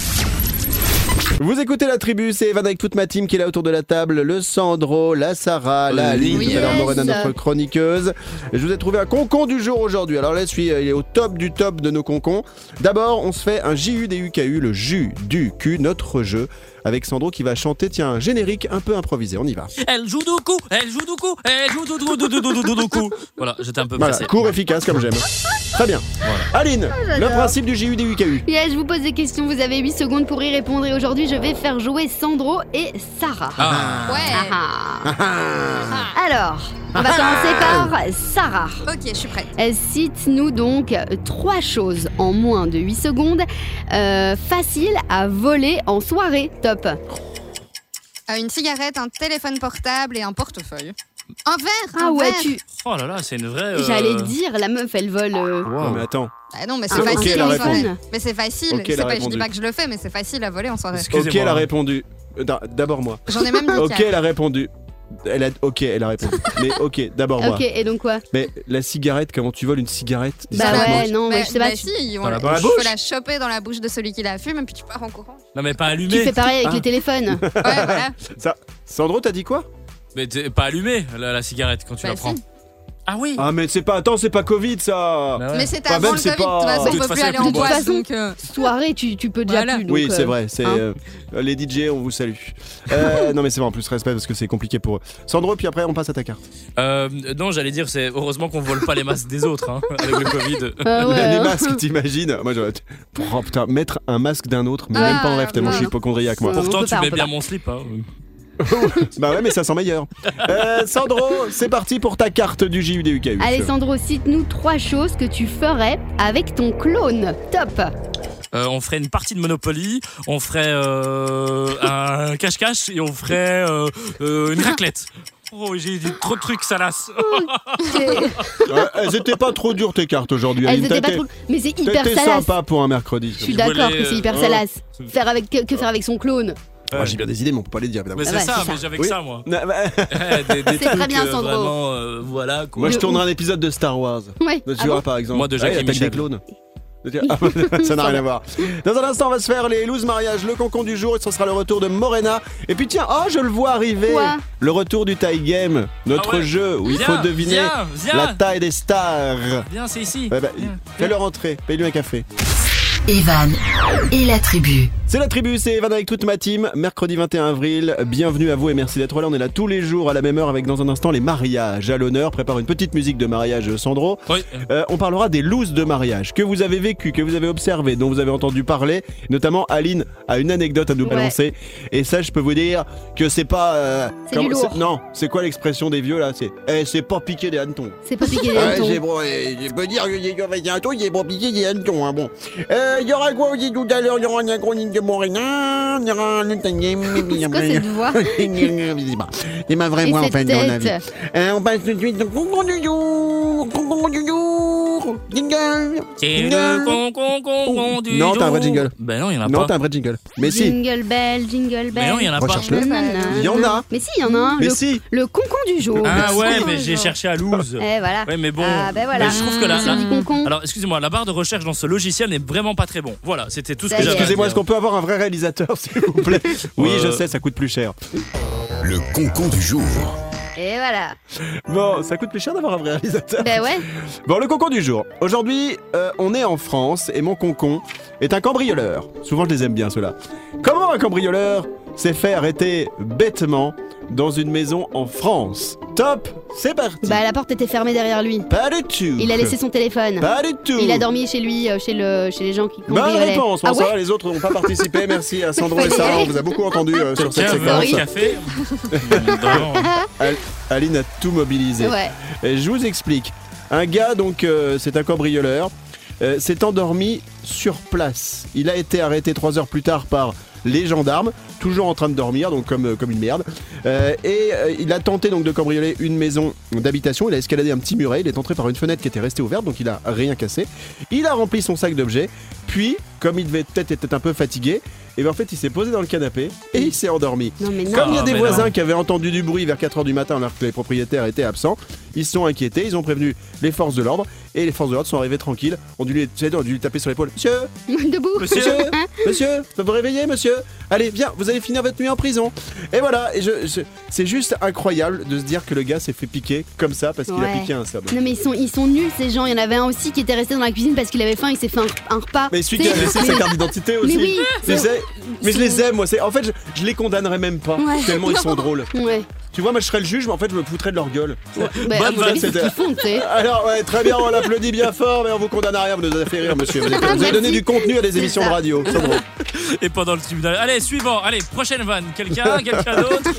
S1: Vous écoutez la tribu, c'est Evan avec toute ma team qui est là autour de la table, le Sandro, la Sarah, la Aline,
S4: Oui,
S1: tout à l'heure
S4: yes.
S1: Morena, notre chroniqueuse. Je vous ai trouvé un concon du jour aujourd'hui. Alors là, celui, euh, il est au top du top de nos concons. D'abord, on se fait un JU des UKU, le JU du Q, notre jeu, avec Sandro qui va chanter, tiens, un générique un peu improvisé, on y va.
S3: Elle joue du coup, elle joue du coup, elle joue du coup, du- du- du- du- du coup. Voilà, j'étais un peu
S1: Voilà,
S3: pressé.
S1: court, efficace comme j'aime. Très bien. Aline, le principe du JU des UKU.
S4: Yeah, je vous pose des questions, vous avez 8 secondes pour y répondre et aujourd'hui je vais faire jouer Sandro et Sarah.
S3: Ah,
S4: Ah
S2: Ouais.
S4: ah.
S2: Ah.
S4: Alors, on va commencer par Sarah.
S2: Ok, je suis prête.
S4: Elle Cite-nous donc trois choses en moins de 8 secondes euh, faciles à voler en soirée. Top.
S2: Euh, une cigarette, un téléphone portable et un portefeuille. Un verre.
S4: Ah
S2: un
S4: ouais,
S2: verre.
S4: tu.
S3: oh là là, c'est une vraie. euh,
S4: J'allais dire, la meuf elle vole. euh,
S3: wow.
S1: Non, mais attends,
S2: Bah non, mais
S4: Ah,
S2: c'est
S4: ok,
S2: facile
S4: elle a
S2: en soirée.
S4: répondu.
S2: Mais c'est facile.
S1: Ok, elle
S2: C'est
S1: a
S2: pas- je dis
S1: répondu.
S2: pas que je le fais, mais c'est facile à voler en soirée.
S1: ok,
S3: Excusez-moi.
S1: elle a répondu. Euh, d'a- D'abord moi.
S2: J'en ai même dit
S1: Ok,
S2: quatre.
S1: elle a répondu. Elle a, ok, elle a répondu. Mais ok, d'abord moi.
S4: Ok, et donc quoi
S1: Mais la cigarette, comment tu voles une cigarette
S4: Bah
S1: discrètement
S4: ouais, non, mais
S2: Bah-
S4: je sais pas.
S2: bah
S4: tu-
S2: si, on
S3: Dans
S2: la-
S3: la- dans la
S2: je
S1: bouche.
S2: peux la choper dans la bouche de celui qui la fume et puis tu pars en courant.
S3: Non, mais pas
S4: Tu
S3: allumé.
S4: fais pareil avec
S3: Ah.
S4: les téléphones.
S2: Ouais, voilà.
S1: Sandro, t'as dit quoi
S3: Mais t'es pas allumé la, la cigarette quand tu
S2: Bah
S3: la prends.
S2: si.
S3: Ah oui.
S1: Ah, mais c'est pas. Attends, c'est pas Covid ça
S3: Bah ouais.
S2: Mais c'était
S1: Bah,
S2: avant
S1: même,
S2: le
S1: c'est
S2: Covid, de
S1: pas-
S2: toute façon,
S1: De
S2: on
S3: toute
S2: peut plus
S3: façon,
S2: aller en
S3: de toute
S2: boîte.
S4: façon.
S2: Donc, euh,
S4: Soirée, tu, tu peux déjà
S2: Voilà.
S4: plus. donc,
S1: Oui, c'est
S4: euh,
S1: vrai. C'est
S4: hein.
S1: euh, les DJ, on vous salue. Euh, non, mais c'est vrai. En plus, respect parce que c'est compliqué pour eux. Sandro, puis après, on passe à ta carte.
S3: Euh, non, j'allais dire, c'est heureusement qu'on vole pas les masques des autres hein, avec le Covid.
S4: Ah ouais,
S1: les
S4: hein.
S1: masques, t'imagines Moi, j'aurais. Oh putain, mettre un masque d'un autre, mais
S2: Ah,
S1: même pas en rêve tellement je suis
S4: non.
S1: hypochondriaque moi.
S4: Euh, on
S3: Pourtant,
S4: peut
S3: tu
S4: pas, on
S3: mets
S4: peut
S3: bien
S4: pas.
S3: mon slip. hein.
S1: bah ouais, mais ça sent meilleur. Euh, Sandro, c'est parti pour ta carte du JUDUKU.
S4: Alessandro, cite-nous trois choses que tu ferais avec ton clone. Top.
S3: Euh, on ferait une partie de Monopoly, on ferait euh, un cache-cache et on ferait euh, euh, une raclette. Oh, j'ai dit trop de trucs salaces.
S1: Ouais, elles étaient pas trop dures tes cartes aujourd'hui.
S4: Elles
S1: Aline.
S4: étaient
S1: T'as
S4: pas
S1: été-
S4: trop. Mais c'est
S1: t'as
S4: hyper
S1: été
S4: salace.
S1: sympa pour un mercredi.
S4: Je suis
S3: Tu
S4: d'accord
S3: voulais,
S4: que c'est hyper
S1: euh,
S4: salace.
S3: euh,
S4: Faire avec que, que faire avec son clone.
S1: Moi, Ah j'ai bien des idées, mais on peut pas les dire évidemment.
S3: Mais c'est
S4: bah,
S3: ça,
S4: c'est ça.
S3: mais j'avais
S1: Oui.
S3: que ça, moi.
S1: Non, bah,
S3: Eh, des- des
S4: C'est très
S3: trucs,
S4: bien,
S3: euh,
S4: Sandro.
S3: vraiment, euh, voilà, quoi.
S1: Moi, je tournerai un épisode de Star Wars.
S4: Ouais.
S1: Tu
S4: Ah
S1: vois,
S4: bon
S1: par exemple.
S3: Moi, de Jackie
S1: Ah, il attaque
S3: Michel.
S1: des clones. Ah, ça n'a rien à voir. Dans un instant, on va se faire les loose mariages, le concon du jour, et ce sera le retour de Morena. Et puis tiens, oh, je le vois arriver.
S4: Quoi
S1: le retour du taille game, notre
S3: Ah ouais.
S1: jeu où il
S3: Viens,
S1: faut deviner
S3: viens, viens.
S1: la taille des stars.
S3: Viens, c'est ici.
S1: Ouais, bah,
S3: Viens.
S1: Fais-le rentrer, paye-lui un café.
S5: Evan et la tribu.
S1: C'est la tribu, c'est Evan avec toute ma team. Mercredi 21 avril, bienvenue à vous et merci d'être là. On est là tous les jours à la même heure avec dans un instant les mariages à l'honneur. Prépare une petite musique de mariage, Sandro.
S3: Oui.
S1: Euh, on parlera des looses de mariage que vous avez vécu, que vous avez observé, dont vous avez entendu parler. Notamment, Aline a une anecdote à nous
S4: Ouais.
S1: balancer. Et ça, je peux vous dire que c'est pas. euh,
S4: C'est du lourd.
S1: Non, c'est quoi l'expression des vieux là C'est eh, c'est pas piqué des hannetons.
S4: C'est pas piqué des
S1: Ouais, j'ai
S4: hannetons.
S1: bon, euh, je peux dire que j'ai il y a un taux, il est bon piqué, il y a un ton, hein, bon. Euh, il y aura quoi aussi tout à l'heure, il y aura un acronyme de Morena, il y aura un autre game, mais bien,
S4: C'est quoi
S1: bien.
S4: cette voix
S1: Je sais pas. C'est ma vraie
S4: Et
S1: voix en
S4: cette
S1: fait dans la vie.
S4: tête
S1: Euh, on passe tout de suite au concours du jour, concours du jour, jingle.
S3: C'est le con, con, con, con du
S1: Oh. Non, t'as un vrai
S3: jour.
S1: jingle.
S3: Ben non, il y en a
S1: Non,
S3: pas.
S1: t'as un vrai jingle. Mais si,
S4: Jingle bell, jingle
S3: Mais
S4: bell.
S3: non, il y en a pas.
S1: Recherche-le.
S4: Nanana.
S1: Il y en a.
S4: Mais si, il y en a un.
S1: mais
S4: le,
S1: si.
S4: le concon du jour.
S3: Ah ouais,
S2: Recherche-le.
S3: mais j'ai cherché à loose.
S4: Eh voilà.
S3: Ouais, mais bon.
S4: Ah
S1: bah
S4: ben voilà.
S3: Mais je trouve que la,
S4: Si on
S3: la-
S1: Mmh.
S4: dit concon.
S3: Alors, excusez-moi, la barre de recherche dans ce logiciel n'est vraiment pas très bon. Voilà, c'était tout ce
S4: Ça
S3: que
S4: y est.
S3: j'avais. à
S1: Excusez-moi, est-ce
S3: dire.
S1: qu'on peut avoir un vrai réalisateur, s'il vous plaît
S3: Euh,
S1: Oui, je sais, ça coûte plus cher.
S6: Le concon du jour.
S4: Et voilà.
S1: Bon, ça coûte plus cher d'avoir un vrai réalisateur.
S4: Ben ouais.
S1: Bon, le concon du jour. Aujourd'hui, euh, on est en France et mon concon est un cambrioleur. Souvent, je les aime bien, ceux-là. Comment un cambrioleur s'est fait arrêter bêtement dans une maison en France. Top C'est parti
S4: Bah, la porte était fermée derrière lui.
S1: Pas du tout
S4: Il a laissé son téléphone.
S1: Pas du tout
S4: Il a dormi chez lui, euh, chez, le, chez les gens qui conduiraient.
S1: Bonne réponse Bon,
S4: Ah
S1: ça
S4: ouais
S1: va, Bah, les autres n'ont pas participé. Merci à Sandro et Sarah, on vous a beaucoup entendu euh, sur cette
S3: Quelqu'un veut
S1: séquence.
S3: un café Non.
S1: Al- Aline a tout mobilisé.
S4: Ouais.
S1: Et je vous explique. Un gars, donc, euh, c'est un cambrioleur, euh, s'est endormi sur place. Il a été arrêté trois heures plus tard par les gendarmes, toujours en train de dormir, donc comme, euh, comme une merde. Euh, et euh, il a tenté donc de cambrioler une maison d'habitation. Il a escaladé un petit muret. Il est entré par une fenêtre qui était restée ouverte, donc il a rien cassé. Il a rempli son sac d'objets. Puis, comme il devait peut-être être un peu fatigué, et bien en fait, il s'est posé dans le canapé et il s'est endormi.
S4: Non, mais non.
S1: Comme il y a
S3: Ah,
S1: des
S3: mais
S1: voisins qui avaient entendu du bruit vers 4h du matin alors que les propriétaires étaient absents, ils se sont inquiétés, ils ont prévenu les forces de l'ordre et les forces de l'ordre sont arrivées tranquilles, ont dû lui, tu sais, ont dû lui taper sur l'épaule. Monsieur,
S4: Debout.
S1: monsieur,
S4: Hein
S1: monsieur, vous pouvez vous réveiller monsieur Allez, viens, vous allez finir votre nuit en prison. Et voilà, et je, je- c'est juste incroyable de se dire que le gars s'est fait piquer comme ça parce qu'il a
S4: Ouais.
S1: piqué un sable.
S4: Non mais ils sont, ils sont nuls ces gens, il y en avait un aussi qui était resté dans la cuisine parce qu'il avait faim, il s'est fait un, un repas.
S1: Mais celui qui a
S4: C'est-
S1: laissé sa carte d'identité aussi.
S4: oui,
S1: Tu
S4: c'est-
S1: sais, mais je les aime, moi. c'est- En fait, je, je les condamnerais même pas.
S4: Ouais.
S1: Tellement ils sont drôles.
S4: Ouais,
S1: Tu vois, moi, je serais le juge, mais en fait, je me foutrais de leur gueule.
S4: bah, à
S3: Bonne
S4: mon avis,
S1: vanne,
S4: c'est ce
S1: c'était-
S4: qu'ils font, tu sais.
S1: Alors, ouais, très bien, on l'applaudit bien fort, mais on vous condamne à rien, vous nous avez fait rire, monsieur. Vous avez, vous avez
S2: Merci.
S1: donné du contenu à des émissions de
S2: ça.
S1: radio. c'est drôle.
S3: Et pendant le tribunal. Allez, suivant. Allez, prochaine vanne. Quelqu'un, quelqu'un d'autre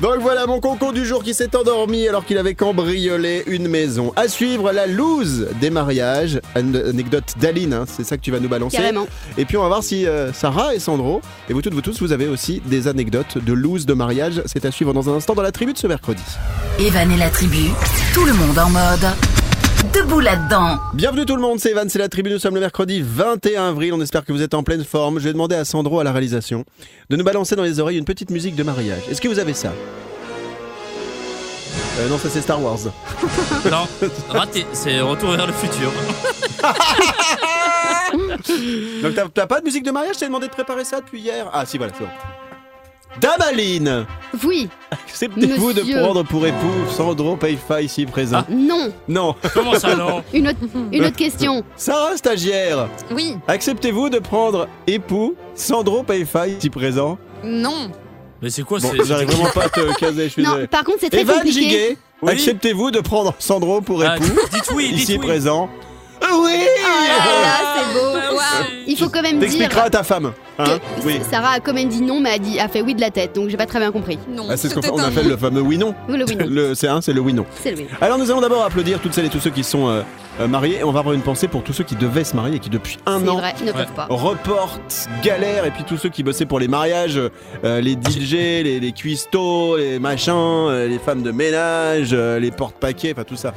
S1: Donc voilà mon concours du jour qui s'est endormi alors qu'il avait cambriolé une maison. À suivre, la loose des mariages. An- anecdote d'Aline, hein, c'est ça que tu vas nous balancer.
S4: Carrément.
S1: Et puis on va voir si euh, Sarah et Sandro, et vous toutes, vous tous, vous avez aussi des anecdotes de loose de mariage. C'est à suivre dans un instant dans la tribu de ce mercredi.
S5: Evan et la tribu, tout le monde en mode. Debout là-dedans.
S1: Bienvenue tout le monde, c'est Evan, c'est la tribu, nous sommes le mercredi 21 avril, on espère que vous êtes en pleine forme. Je vais demander à Sandro à la réalisation de nous balancer dans les oreilles une petite musique de mariage. Est-ce que vous avez ça Euh, Non, ça c'est Star Wars.
S3: Non, raté. C'est retour vers le futur.
S1: Donc t'as- t'as pas de musique de mariage, je t'ai demandé de préparer ça depuis hier. Ah si, voilà, c'est bon. Damaline
S4: Oui,
S1: Acceptez-vous de
S4: Monsieur.
S1: prendre pour époux Sandro Peifa ici présent
S4: non.
S1: Non,
S3: Comment ça, non
S4: Une autre, une autre question.
S1: Sarah Stagiaire
S2: Oui,
S1: Acceptez-vous de prendre époux Sandro Peifa ici présent
S2: non.
S3: Mais c'est quoi
S1: Bon,
S3: c'est-
S1: j'arrive vraiment pas à te caser, je suis désolé.
S4: Non, par contre c'est très
S1: Evan
S4: compliqué.
S1: Giguet,
S3: Oui.
S1: acceptez-vous de prendre Sandro pour
S3: Ah,
S1: époux
S3: Dites oui, dites
S1: ici
S3: oui.
S1: présent Oui
S4: Ah là là, c'est beau.
S3: Waouh.
S4: Il faut quand même dire
S1: T'expliqueras à ta femme. Hein
S4: que
S1: oui.
S4: Sarah a quand même dit non mais a, dit, a fait oui de la tête, donc j'ai pas très bien compris.
S2: Non,
S1: Ah, c'est ce qu'on
S2: c'était
S1: on
S2: un
S1: appelle le fameux oui non.
S4: Le oui, non.
S1: Le, c'est un, c'est le oui non.
S4: c'est le oui.
S1: Alors nous allons d'abord applaudir toutes celles et tous ceux qui sont euh, euh, mariés et on va avoir une pensée pour tous ceux qui devaient se marier et qui depuis un
S4: C'est
S1: an
S4: vrai, ne peuvent pas.
S1: reportent, galèrent et puis tous ceux qui bossaient pour les mariages, euh, les DJ, les, les cuistots, les machins, euh, les femmes de ménage, euh, les porte-paquets, enfin tout ça.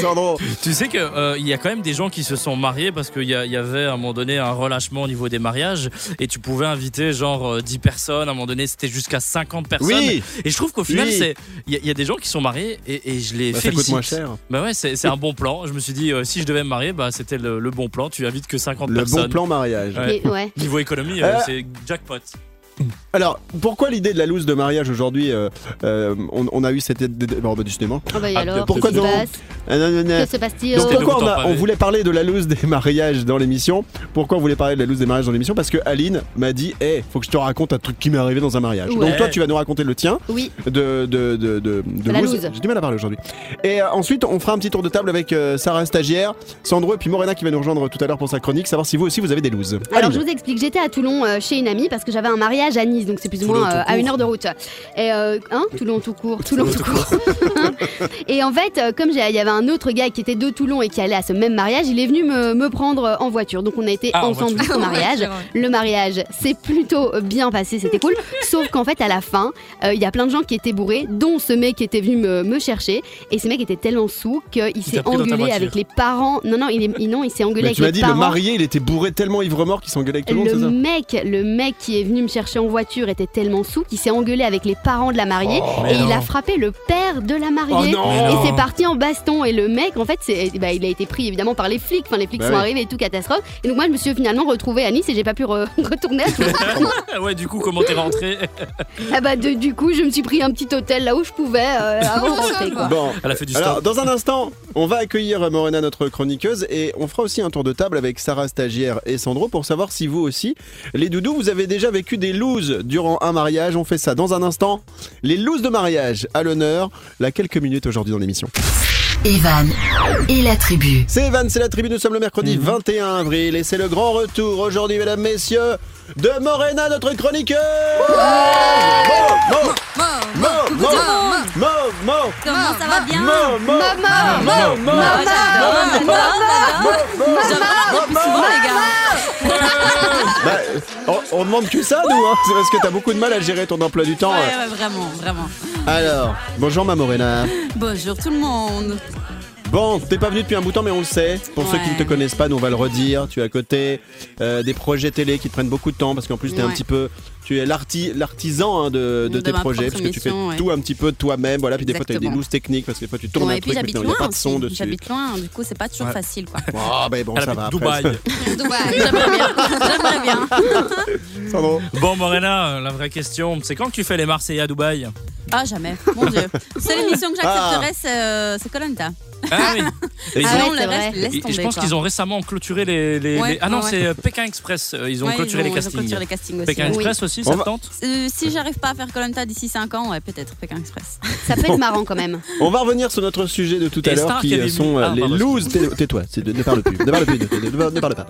S1: Sandro,
S3: Tu sais qu'il y a quand même des gens qui se sont mariés parce qu'il y, a- il y avait à un moment donné un relâchement au niveau des mariages et tu pouvais inviter genre euh, 10 personnes, à un moment donné c'était jusqu'à 50 personnes.
S1: oui,
S3: Et je trouve qu'au final,
S1: Oui.
S3: c'est il y, a- il y a des gens qui sont mariés et, et je les
S1: Bah, ça
S3: félicite.
S1: coûte moins cher.
S3: Bah ouais, c'est c'est un bon plan. Je me suis dit, euh, si je devais me marier, bah, c'était le, le bon plan. Tu invites que 50
S1: Le
S3: personnes.
S1: bon plan mariage.
S3: Ouais.
S4: Mais ouais.
S3: Niveau économie, euh,
S1: Euh,
S3: c'est jackpot.
S1: Alors, pourquoi l'idée de la loose de mariage aujourd'hui euh, euh, on, on a eu cette idée de- bon, bah, décidément.
S4: Ah bah et
S3: Ah,
S4: alors,
S1: pourquoi
S4: qu'est-ce
S1: donc
S4: qui se passe
S1: Ah, non, non, non.
S4: Que se passe-t-il
S1: Donc
S3: C'était
S1: pourquoi
S3: de
S1: on, a-
S3: vous t'en
S1: on
S3: parler.
S1: voulait parler de la loose des mariages dans l'émission Pourquoi on voulait parler de la loose des mariages dans l'émission Parce que Aline m'a dit Eh, faut que je te raconte un truc qui m'est arrivé dans un mariage.
S4: Ouais.
S1: Donc toi, tu vas nous raconter le tien
S4: Oui,
S1: de, de, de, de, de
S4: La
S1: loose.
S4: loose.
S1: J'ai du mal à parler aujourd'hui. Et euh, ensuite, on fera un petit tour de table avec euh, Sarah Stagiaire, Sandro et puis Morena qui va nous rejoindre tout à l'heure pour sa chronique, savoir si vous aussi vous avez des looses.
S3: Ah,
S4: Alors
S1: Aline.
S4: je vous explique, j'étais à Toulon euh, chez une amie parce que j'avais un mariage à Nice, donc c'est plus ou
S3: Toulon
S4: moins
S3: tout
S4: euh, à
S3: court.
S4: une heure de route. Et euh, hein, Toulon tout court, Toulon tout court. et en fait, euh, comme j'ai- il y avait un autre gars qui était de Toulon et qui allait à ce même mariage, il est venu me, me prendre euh, en voiture. Donc on a été
S3: Ah, en
S4: ensemble
S3: voiture.
S4: jusqu'au mariage. Le mariage s'est plutôt bien passé, c'était cool. Sauf qu'en fait, à la fin, euh, il y a plein de gens qui étaient bourrés, dont ce mec qui était venu me, me chercher. Et ce mec était tellement saoul qu'il s'est
S3: t'a pris dans ta
S4: engueulé
S3: voiture.
S4: avec les parents. Non, non, il, est- il- non, il s'est engueulé
S1: Mais
S4: avec
S1: tu m'as
S4: les
S1: dit, le
S4: parents.
S1: marié, il était bourré tellement ivre-mort qu'il s'engueulait avec tout le monde, c'est
S4: Le
S1: ça
S4: mec, le mec qui est venu me chercher en voiture était tellement saoul qu'il s'est engueulé avec les parents de la mariée
S1: Oh,
S4: et il a frappé le père de la mariée.
S3: non.
S4: et c'est parti en baston. Et le mec, en fait, c'est- bah, il a été pris évidemment par les flics. Enfin, les flics
S1: Bah
S4: sont
S1: oui.
S4: arrivés et tout, catastrophe. Et donc, moi, je me suis finalement retrouvée à Nice et j'ai pas pu re- retourner à Toulon.
S3: ouais, du coup, comment t'es rentré
S4: ah bah, de- du coup, je me suis pris un petit hôtel là où je pouvais euh, avant de rentrer, quoi.
S1: Bon,
S3: Elle a fait du
S1: Alors,
S3: stop.
S1: dans un instant, on va accueillir Morena, notre chroniqueuse, et on fera aussi un tour de table avec Sarah Stagiaire et Sandro pour savoir si vous aussi, les doudous, vous avez déjà vécu des looses durant un mariage. On fait ça dans un instant. Les looses de mariage à l'honneur, là quelques minutes aujourd'hui dans l'émission.
S5: Evan et la tribu.
S1: C'est Evan, c'est la tribu, nous sommes le mercredi 21 avril et c'est le grand retour aujourd'hui, mesdames, messieurs, de Morena, notre chroniqueur Mo, Mo, Mo, Mo, Mo, Mo,
S8: Comment ça va bien
S1: Mo, Mo, Mo, Mo,
S8: Maman,
S1: Mo,
S8: maman, maman.
S1: Mo, Mo,
S8: J'adore
S1: Mo, Mo.
S8: souvent les gars.
S1: Bah, on, on demande que ça, nous, hein. c'est parce que t'as beaucoup de mal à gérer ton emploi du temps. euh.
S8: Ouais, ouais, vraiment, vraiment.
S1: Alors, bonjour ma Morena.
S8: Bonjour tout le monde.
S1: Bon, t'es pas venu depuis un bout de temps, mais on le sait. Pour ceux qui ne
S8: Ouais.
S1: te connaissent pas, nous on va le redire. Tu es à côté euh, des projets télé qui te prennent beaucoup de temps parce qu'en plus t'es un
S8: Ouais.
S1: petit peu, tu es l'arti- l'artisan hein, de, de
S8: De
S1: tes
S8: ma
S1: projets
S8: propre
S1: parce que tu fais
S8: mission, ouais.
S1: tout un petit peu de toi-même. Voilà, puis des fois t'as des
S8: Exactement.
S1: loose techniques parce que des fois tu tournes
S8: Ouais,
S1: un
S8: et puis
S1: truc, mais
S8: j'habite
S1: non, il n'y
S8: loin.
S1: a pas de son
S8: aussi.
S1: dessus.
S8: J'habite loin, du coup c'est pas toujours
S3: Ouais.
S8: facile quoi. Ah,
S1: Ah ben bon,
S3: Elle
S1: ça
S3: habite
S1: va. après.
S3: Dubaï.
S2: Dubaï.
S8: J'aimerais bien, j'aimerais bien.
S1: Pardon.
S3: Bon, Morena, la vraie question, c'est quand que tu fais les Marseillais à Dubaï
S8: Ah jamais, mon dieu. Seule émission que
S1: Ah.
S8: j'accepterais c'est, euh, c'est Colanta.
S3: Ah oui Et ils
S4: Ah ouais,
S3: ont-
S8: Sinon le
S4: c'est vrai.
S8: reste, laisse
S3: et-
S8: tomber.
S3: et je pense
S8: quoi.
S3: qu'ils ont récemment clôturé les. les-
S8: Ouais,
S3: les- Ah non,
S8: ouais.
S3: c'est euh, Pékin Express. euh, Ils ont
S8: Ouais,
S3: clôturé les
S8: ils ont
S3: castings.
S8: clôturé les castings aussi.
S3: Pékin
S8: ouais.
S3: Express aussi,
S1: On
S3: ça
S1: va-
S3: te tente
S8: Euh, si j'arrive pas à faire Colanta d'ici 5 ans, ouais, peut-être Pékin Express.
S4: Ça peut être marrant quand même.
S1: On va revenir sur notre sujet de tout à
S3: Et
S1: l'heure
S3: Star
S1: qui
S3: Academy.
S1: sont euh,
S3: Ah,
S1: les
S3: pardon,
S1: looses. tais- Tais-toi, c'est de- ne parle plus. Ne parle plus. Ne, ne- ne parle pas.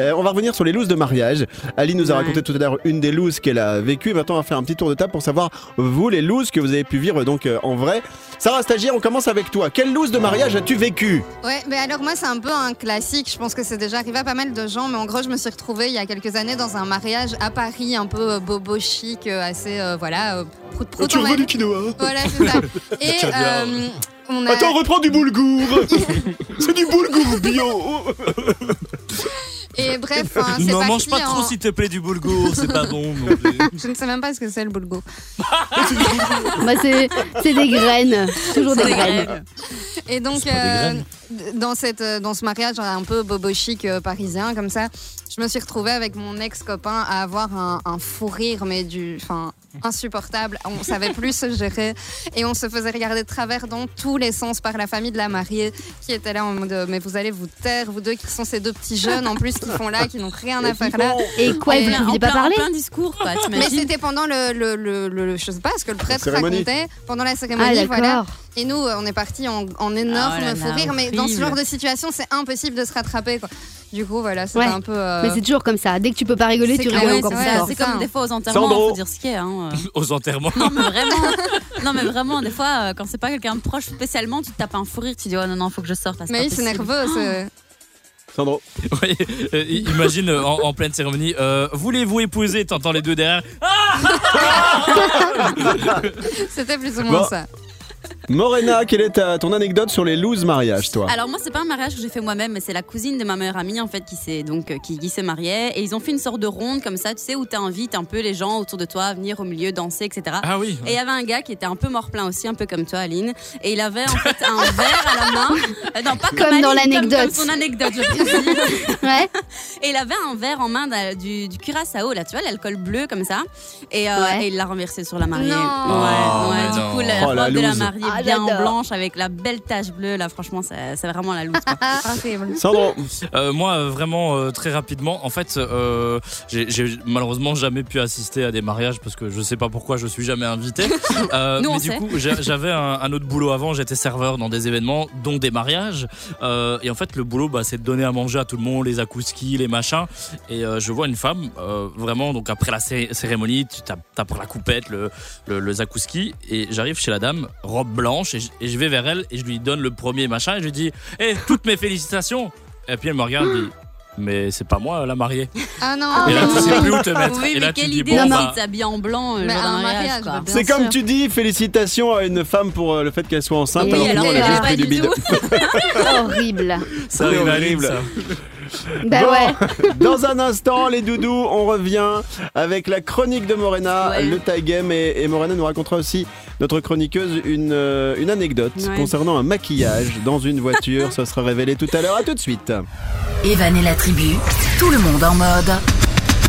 S1: Euh, on va revenir sur les looses de mariage. Ali nous a
S8: Ouais.
S1: raconté tout à l'heure une des looses qu'elle a vécues. Et Maintenant, on va faire un petit tour de table pour savoir vous les looses que vous avez pu vivre donc euh, en vrai. Sarah Stagiaire, on commence avec toi. Quelle loose de mariage as-tu vécu
S2: Ouais, mais alors moi c'est un peu un classique, je pense que c'est déjà arrivé à pas mal de gens, mais en gros je me suis retrouvée il y a quelques années dans un mariage à Paris, un peu euh, bobo chic, euh, assez, euh, voilà, euh, prout prout. on va dire.
S1: quinoa
S2: Voilà, c'est ça. Et
S3: Tiens, bien.
S2: euh, on a...
S1: reprends du boulgour C'est du boulgour bio
S2: Et bref,
S8: Ah,
S2: hein, c'est
S3: Ne mange
S2: parti
S3: pas trop,
S2: en-
S3: s'il te plaît, du boulgour, c'est pas bon. non plus.
S2: Je ne sais même pas ce que c'est le boulgour.
S4: Bah, c'est c'est des graines, toujours des
S8: C'est
S4: graines.
S8: grave.
S2: Et donc,
S3: C'est pas des
S2: euh,
S3: graines.
S2: d- dans, cette, euh, dans ce mariage un peu bobo chic euh, parisien, comme ça, je me suis retrouvée avec mon ex-copain à avoir un, un fou rire, mais du. Enfin, insupportable. On savait plus se gérer. Et on se faisait regarder de travers dans tous les sens par la famille de la mariée qui était là en mode euh, Mais vous allez vous taire, vous deux qui sont ces deux petits jeunes en plus qui font là, qui n'ont rien à faire là.
S4: Et quoi,
S8: En
S4: Eh, vous ne
S8: plein- euh, en
S4: pouviez
S8: plein-
S4: pas Ah,
S8: en
S4: parler
S8: plein discours, quoi,
S2: Mais
S8: t'imagines
S2: c'était pendant le, le, le, le- Je sais pas ce que le prêtre
S1: cérémonie.
S2: racontait pendant la cérémonie.
S4: Ah,
S2: voilà.
S4: d'accord.
S2: Et nous, euh, on est parti en, en énorme
S8: Ah, oh là là,
S2: fou rire, mais dans ce
S8: horrible.
S2: genre de situation, c'est impossible de se rattraper. Quoi. Du coup, voilà, c'était
S4: Ouais.
S2: un peu. euh,
S4: Mais c'est toujours comme ça. Dès que tu peux pas rigoler,
S2: C'est
S4: tu
S2: clair,
S4: rigoles
S2: ouais,
S4: encore
S8: Ah c'est
S4: plus
S8: vrai,
S4: fort.
S8: c'est comme des fois aux enterrements,
S1: Sandro.
S8: faut dire ce qu'il y a. hein, euh.
S3: Aux enterrements.
S8: Non mais vraiment, non mais vraiment, des fois, euh, quand c'est pas quelqu'un de proche spécialement, tu te tapes un fou rire, tu dis oh non non, faut que je sorte. là,
S2: mais oui,
S8: pas
S2: c'est
S8: possible.
S2: nerveux. c'est-
S1: Sandro,
S3: Oui, euh, i- imagine euh, en, en pleine cérémonie, euh, voulez-vous épouser T'entends les deux derrière.
S4: Ah.
S2: C'était plus ou moins
S1: Bon.
S2: ça.
S1: Morena, quelle est ta- ton anecdote sur les looses mariage toi
S8: Alors moi c'est pas un mariage que j'ai fait moi-même mais c'est la cousine de ma meilleure amie en fait qui s'est donc euh, qui, qui s'est mariée et ils ont fait une sorte de ronde comme ça tu sais où t'invites un peu les gens autour de toi à venir au milieu danser etc.
S3: Ah oui.
S8: Et il y avait un gars qui était un peu mort plein aussi, un peu comme toi, Aline. Et il avait en fait un verre à la main. Euh, Non, pas comme,
S4: Comme dans
S8: Aline, comme-
S4: l'anecdote.
S8: Comme, son anecdote, je précise.
S4: Ouais.
S8: Et il avait un verre en main d'un- du, du curaçao, là, tu vois, l'alcool bleu comme ça. Et, euh,
S4: Ouais.
S8: et il l'a renversé sur la mariée.
S2: Non.
S8: Ouais,
S3: Oh,
S8: ouais.
S3: mais
S8: Du
S3: non.
S8: coup, la
S1: Oh, la
S8: robe de la
S1: loose.
S8: mariée
S4: Ah,
S8: bien
S4: j'adore.
S8: blanche avec la belle tache bleue, là, franchement, c'est c'est vraiment la loose. quoi.
S2: Ah, horrible.
S1: Sandro,
S3: Euh, moi, euh, vraiment, euh, très rapidement, en fait, euh, j'ai j'ai malheureusement jamais pu assister à des mariages parce que je sais pas pourquoi je suis jamais invité. Euh,
S8: Nous, on
S3: mais du
S8: sait.
S3: coup, j'a- j'avais un, un autre boulot avant, j'étais serveur dans des événements, dont des mariages. Euh, et en fait, le boulot, bah, c'est de donner à manger à tout le monde, les akouskis, les machins. Et euh, je vois une femme, euh, vraiment, donc après la cé- cérémonie, tu tapes, tapes pour la coupette, le, le, le zakouski, et j'arrive chez la dame, robe blanche, et je, et je vais vers elle, et je lui donne le premier machin, et je lui dis Hé, toutes mes félicitations Et puis elle me regarde, et dit Mais c'est pas moi la mariée.
S2: Ah non.
S4: Ah,
S3: Et là, tu
S4: non.
S3: sais plus où te mettre.
S8: Oui,
S3: et
S8: mais
S3: là, tu
S8: quelle
S3: dis
S8: idée
S3: Bon,
S8: de
S3: bah,
S8: s'habiller en blanc, euh,
S2: Mais un
S8: genre d'un
S2: mariage,
S8: mariage, quoi.
S2: bien
S1: c'est
S2: sûr.
S1: comme tu dis, félicitations à une femme pour euh, le fait qu'elle soit enceinte
S4: Oui,
S1: alors que
S4: alors
S1: nous, on
S4: qu'elle
S1: a juste
S4: l'a
S1: pris du
S8: pas du
S1: bide.
S4: Horrible.
S3: ça
S1: C'est
S3: arrive à Lille,
S1: horrible.
S3: ça.
S4: Bah
S1: Bon,
S4: ouais.
S1: Dans un instant, les doudous, on revient avec la chronique de Morena,
S8: Ouais.
S1: le tag game et, et Morena nous racontera aussi notre chroniqueuse une, euh, une anecdote
S8: Ouais.
S1: concernant un maquillage dans une voiture. Ça sera révélé tout à l'heure. À tout de suite.
S5: Evan et la tribu. Tout le monde en mode.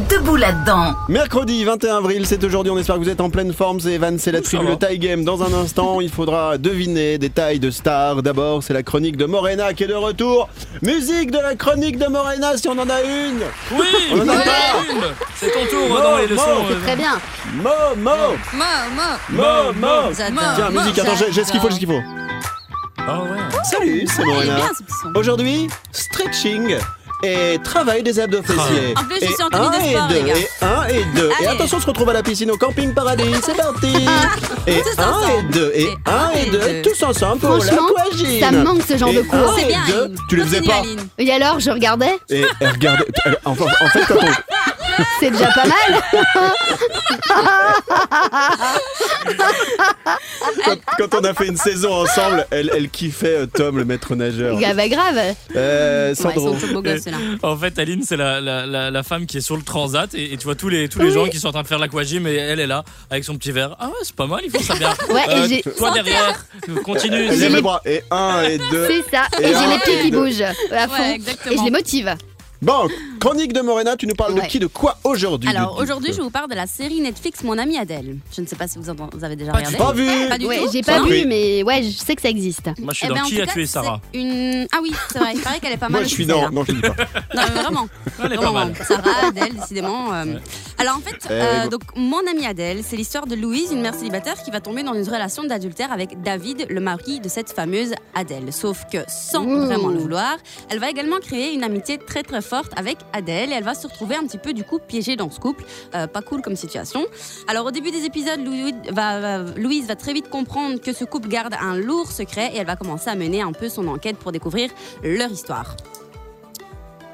S5: Debout là-dedans.
S1: Mercredi 21 avril, c'est aujourd'hui. On espère que vous êtes en pleine forme. C'est Evan, c'est la tribu
S3: va.
S1: Le Taille Game. Dans un instant, il faudra deviner des tailles de stars. D'abord, c'est la chronique de Morena qui est de retour. Musique de la chronique de Morena si on en a une.
S3: Oui,
S1: On en a
S3: oui,
S1: pas.
S3: une. C'est ton tour euh, dans les
S1: Bon,
S3: leçons.
S1: bon,
S3: euh,
S4: Très bien.
S1: Mo, mo,
S2: Moi, moi.
S1: mo, mo.
S8: J'adore.
S1: Tiens, musique, attends, j'ai j'ai ce qu'il faut, j'ai ce qu'il faut.
S3: Ah ouais.
S1: Salut, c'est
S8: Il est
S1: Morena.
S8: bien ce petit son.
S1: Aujourd'hui, stretching et travail des abdos fessiers.
S8: En plus, je
S1: Et
S8: suis en tenue
S1: un
S8: de
S1: et
S8: sport,
S1: deux,
S8: les gars.
S1: Et un et deux. Et
S8: Allez.
S1: attention, on se retrouve à la piscine au camping paradis. C'est parti. et
S8: Tous
S1: un et
S8: ensemble.
S1: deux. Et
S8: Et
S1: un et deux. Tous ensemble pour la
S4: Franchement,
S1: Aquagym.
S4: ça manque ce genre
S1: Et
S4: de cours.
S1: un
S8: C'est
S1: et
S8: bien,
S1: Oh, deux.
S8: Aline.
S1: Tu les faisais
S8: Continue,
S1: pas.
S8: Aline.
S4: Et alors, je regardais,
S1: Et, eh, et regardez. En, en- en fait, quand on-
S4: c'est déjà pas mal.
S1: quand, quand on a fait une saison ensemble, elle, elle kiffait euh, Tom, le maître nageur.
S4: Grave, Ah bah grave.
S1: Euh,
S8: Ouais, ils
S1: Sandro.
S8: sont tous beaux gosses, là.
S3: En fait, Aline, c'est la, la, la, la femme qui est sur le transat et, et tu vois tous les, tous les gens qui sont en train de faire l'aquagym et elle est là avec son petit verre. Ah ouais, c'est pas mal, ils font ça bien. Euh,
S4: Ouais, et j'ai-
S3: toi derrière, continue.
S1: Lève
S4: J'ai
S1: les
S4: les-
S1: bras. Et un et deux.
S4: C'est ça.
S1: Et
S4: Et, j'ai
S1: un
S4: les
S1: et
S4: pieds qui
S1: deux.
S4: bougent à fond.
S8: Ouais,
S4: et je
S8: exactement.
S4: les motive.
S1: Bon, chronique de Morena, tu nous parles de
S4: Ouais.
S1: qui, de quoi aujourd'hui
S8: Alors
S1: du-
S8: aujourd'hui, je vous parle de la série Netflix Mon ami Adèle. Je ne sais pas si vous, en- vous avez déjà
S3: Pas du
S8: regardé.
S1: Pas vu
S8: Pas du
S4: Ouais,
S8: tout.
S4: j'ai
S3: Ah
S4: pas
S1: Non.
S4: vu, mais ouais, je sais que ça existe.
S3: Moi, je suis
S8: Eh
S3: dans
S8: ben, en
S3: qui
S8: tout
S3: a
S8: cas,
S3: tué Sarah
S8: c'est une... Ah oui, c'est vrai, il paraît qu'elle est pas mal.
S1: Moi, je
S8: aussi,
S1: suis dans.
S8: celle-là.
S1: Non, je ne dis pas.
S8: Non, mais vraiment.
S3: Elle est pas
S8: Vraiment.
S3: mal.
S8: Sarah, Adèle, décidément. euh. Alors en fait, euh,
S1: go-
S8: donc, mon amie Adèle, c'est l'histoire de Louise, une mère célibataire qui va tomber dans une relation d'adultère avec David, le mari de cette fameuse Adèle. Sauf que sans
S4: Ouh.
S8: vraiment le vouloir, elle va également créer une amitié très très forte avec Adèle et elle va se retrouver un petit peu du coup piégée dans ce couple. Euh, pas cool comme situation. Alors au début des épisodes, Louis va- va- Louise va très vite comprendre que ce couple garde un lourd secret et elle va commencer à mener un peu son enquête pour découvrir leur histoire.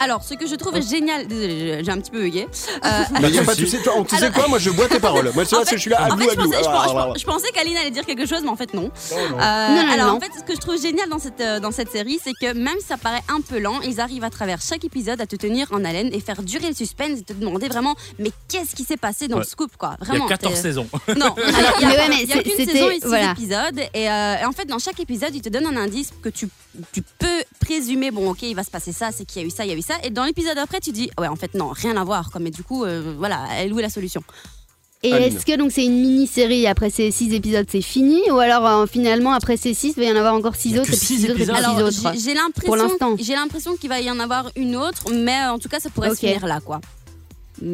S8: Alors, ce que je trouve génial, désolé, j'ai- j'ai un petit peu bugué. Euh,
S1: Mais y a pas de souci. Toi, on- Bah, Tu sais quoi Moi, je bois tes paroles. Moi, tu
S8: en
S1: vois,
S8: fait-
S1: je suis là à
S8: en fait,
S1: glou à
S8: je
S1: glou.
S8: pensais, je
S1: Ah,
S8: pens-
S1: ah,
S8: je
S1: ah,
S8: pens- je pensais qu'Aline allait dire quelque chose, mais en fait, non. Euh,
S4: Non, non,
S8: alors,
S4: non.
S8: en fait, ce que je trouve génial dans cette, euh, dans cette série, c'est que même si ça paraît un peu lent, ils arrivent à travers chaque épisode à te tenir en haleine et faire durer le suspense et te demander vraiment, mais qu'est-ce qui s'est passé dans
S3: Ouais.
S8: le scoop, quoi.
S3: Il y
S8: Vraiment.
S3: a 14
S8: t'es- euh,
S3: saisons.
S8: non, alors, il
S4: Mais
S8: y
S4: ouais,
S8: a,
S4: mais
S8: il y a
S4: c'est-
S8: qu'une
S4: c'était-
S8: saison et six
S4: voilà.
S8: épisodes. Et, euh, et en fait, dans chaque épisode, il te donne un indice que tu, tu peux présumer. Bon, ok, il va se passer ça, c'est qu'il y a eu ça, il y a eu ça. Et dans l'épisode après, tu dis, ah ouais, en fait, non, rien à voir. Comme, mais du coup, euh, voilà, elle où est la solution
S4: Et
S1: Aline.
S4: est-ce que donc c'est une mini-série après ces six épisodes c'est fini ou alors euh, finalement après ces six il va y en avoir encore
S3: Il
S4: six
S3: y a
S4: autres
S3: que
S4: et puis
S3: six
S4: six autres et puis
S3: épisodes.
S4: six
S8: Alors,
S4: autres
S8: j'ai j'ai
S4: Pour
S8: l'impression,
S4: l'instant.
S8: j'ai l'impression qu'il va y en avoir une autre, mais euh, en tout cas, ça pourrait
S4: Ok.
S8: se finir là, quoi.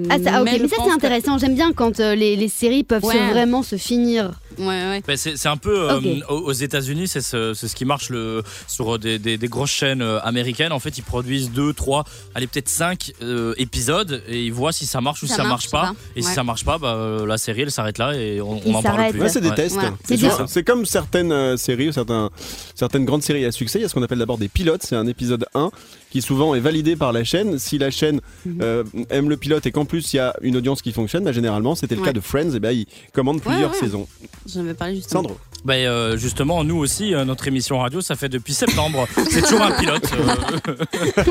S4: Ah ça ah, ok mais,
S8: je
S4: ça
S8: pense
S4: c'est
S8: que-
S4: intéressant j'aime bien quand euh, les, les séries peuvent se-
S8: Ouais.
S4: vraiment se finir.
S8: Ouais, ouais.
S3: Ben, c'est c'est un peu euh,
S4: Ok.
S3: aux aux États-Unis, c'est ce, c'est ce qui marche le, sur euh, des, des- des grosses chaînes euh, américaines. En fait, ils produisent 2, 3, allez, peut-être 5 épisodes et ils voient si ça marche ou si ça marche pas. Et si
S8: ouais.
S3: ça marche pas, bah, euh, la série elle s'arrête là et on
S4: Ils
S3: n'en parle
S4: s'arrêtent.
S3: plus.
S1: ah. Ouais, c'est des
S3: Ouais.
S1: tests.
S8: Ouais.
S1: C'est
S4: C'est
S1: sûr.
S3: ça.
S1: C'est comme certaines euh, séries ou certains, certaines grandes séries à succès. Il y a ce qu'on appelle d'abord des pilotes. C'est un épisode 1 qui souvent est validé par la chaîne. Si la chaîne
S8: Mhm.
S1: euh, aime le pilote et qu'en plus il y a une audience qui fonctionne, bah, généralement c'était le
S8: Ouais.
S1: cas de Friends. Et ben ils commandent
S8: Ouais,
S1: plusieurs
S8: ouais.
S1: saisons.
S8: J'en avais parlé justement.
S1: Sandro.
S3: Ben, euh, justement, nous aussi, euh, notre émission radio, ça fait depuis septembre. c'est toujours un pilote. euh,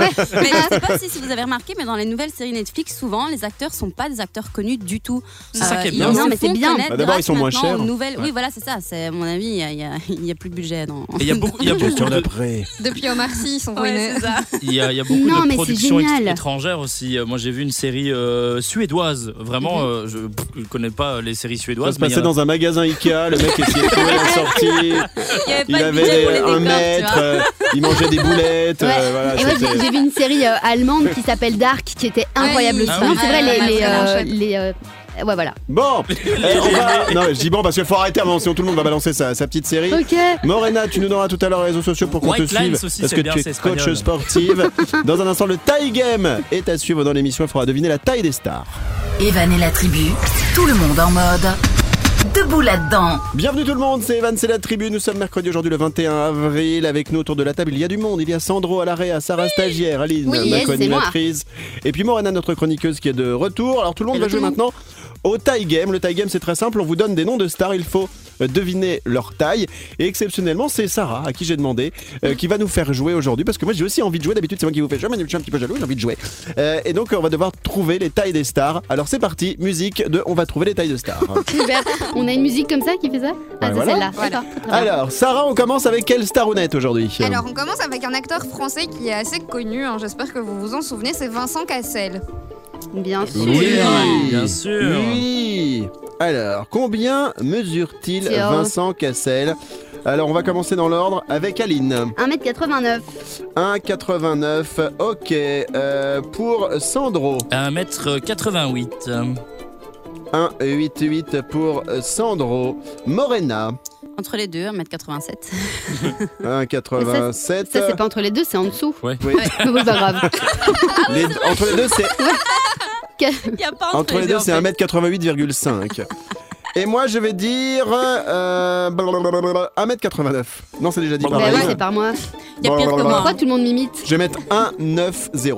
S8: Mais je sais pas si, si vous avez remarqué, mais dans les nouvelles séries Netflix, souvent, les acteurs sont pas des acteurs connus du tout. Euh,
S3: C'est ça qui est
S8: ils
S3: bien.
S8: se
S4: Non, mais c'est
S8: font
S4: bien.
S8: connaître
S1: Bah, d'abord, ils sont moins
S8: grâce
S1: chers.
S8: maintenant aux nouvelles-
S3: Ouais.
S8: Oui, voilà, c'est ça. C'est à mon avis, il y a- il y a, il y a plus de budget. Non.
S3: et il y a beaucoup, il y a beaucoup de,
S1: d'après.
S2: Depuis Omar Sy, ils sont ruinés.
S8: Ouais, c'est ça.
S3: Il y a, il y a beaucoup
S4: Non,
S3: de
S4: mais c'est
S3: productions ex-
S4: génial.
S3: étrangères aussi. Euh, Moi, j'ai vu une série euh, suédoise. Vraiment, euh, je ne connais pas les séries
S1: Ça
S3: suédoises.
S1: se
S3: mais euh, il y
S1: passait
S3: en a-
S1: dans un magasin Ikea. Le mec essayait de trouver la sortie.
S8: Il y avait
S1: Il
S8: pas de
S1: avait
S8: budget pour les
S1: des- un
S8: décors, tu
S1: mètre.
S8: vois.
S1: euh, il mangeait des boulettes.
S4: Ouais.
S1: euh, voilà,
S4: et ouais,
S1: c'était-
S4: j'ai j'ai vu une série euh, allemande qui s'appelle Dark qui était incroyable
S8: oui.
S4: aussi.
S3: Ah oui.
S4: Non, c'est vrai
S8: Ah,
S4: les
S8: ouais,
S4: les,
S8: ouais,
S4: euh,
S2: ouais.
S4: les, euh, ouais voilà.
S1: Bon, Eh, on va- non, mais je dis bon parce qu'il faut arrêter avant, sinon tout le monde va balancer sa, sa petite série.
S4: Ok.
S1: Morena, tu nous donneras tout à l'heure les réseaux sociaux pour qu'on te
S3: White Lines
S1: suive.
S3: aussi,
S1: parce
S3: c'est
S1: que
S3: bien,
S1: tu es
S3: c'est
S1: coach
S3: espagnol.
S1: sportive. Dans un instant, le taille game est à suivre dans l'émission. Il faudra deviner la taille des stars.
S5: Evan et la tribu, tout le monde en mode. Debout là-dedans.
S1: Bienvenue tout le monde, c'est Evan, c'est la tribu. Nous sommes mercredi aujourd'hui le 21 avril. Avec nous autour de la table, il y a du monde. Il y a Sandro à l'arrêt, à Sarah stagiaire, Aline,
S4: Oui,
S1: ma
S4: yes,
S1: co-animatrice. Et puis Morena, notre chroniqueuse qui est de retour. Alors tout le monde va jouer maintenant au taille game. Le taille game, c'est très simple. On vous donne des noms de stars. Il faut euh, deviner leur taille. Et exceptionnellement, c'est Sarah à qui j'ai demandé euh, qui va nous faire jouer aujourd'hui. Parce que moi, j'ai aussi envie de jouer. D'habitude, c'est moi qui vous fais jouer, mais je suis un petit peu jaloux. J'ai envie de jouer. Euh, et donc, on va devoir trouver les tailles des stars. Alors c'est parti. Musique de On va trouver les tailles de stars.
S4: Super. On a une musique comme ça qui fait ça Ah
S1: Ouais,
S4: c'est
S1: voilà.
S4: celle-là.
S2: Voilà.
S4: D'accord, très bien.
S1: Alors, Sarah, on commence avec quelle starounette aujourd'hui
S2: Alors, on commence avec un acteur français qui est assez connu, hein, j'espère que vous vous en souvenez, c'est Vincent Cassel.
S4: Bien sûr.
S1: Oui.
S3: bien sûr.
S1: Oui Alors, combien mesure-t-il
S4: Tiens.
S1: Vincent Cassel alors on va commencer dans l'ordre avec Aline.
S4: 1m89.
S1: 1,89. Ok. euh, pour Sandro.
S3: 1m88.
S1: 1,88 pour Sandro. Morena.
S8: Entre les deux, 1m87.
S1: 1,87.
S4: Ça, c'est pas entre les deux, c'est en dessous.
S1: Oui.
S4: Mais bon, c'est pas grave. Ah,
S1: Les- entre les deux, c'est
S8: Il y a pas
S1: Entre les deux,
S8: en
S1: c'est
S8: fait.
S1: 1m88,5. Et moi, je vais dire euh, blablabla, 1m89. Non, c'est déjà dit.
S4: Bah
S1: par
S4: ouais,
S1: Aline.
S4: c'est par moi.
S8: Il y a pire que moi.
S4: Pourquoi tout le monde m'imite
S1: Je vais mettre 1,90.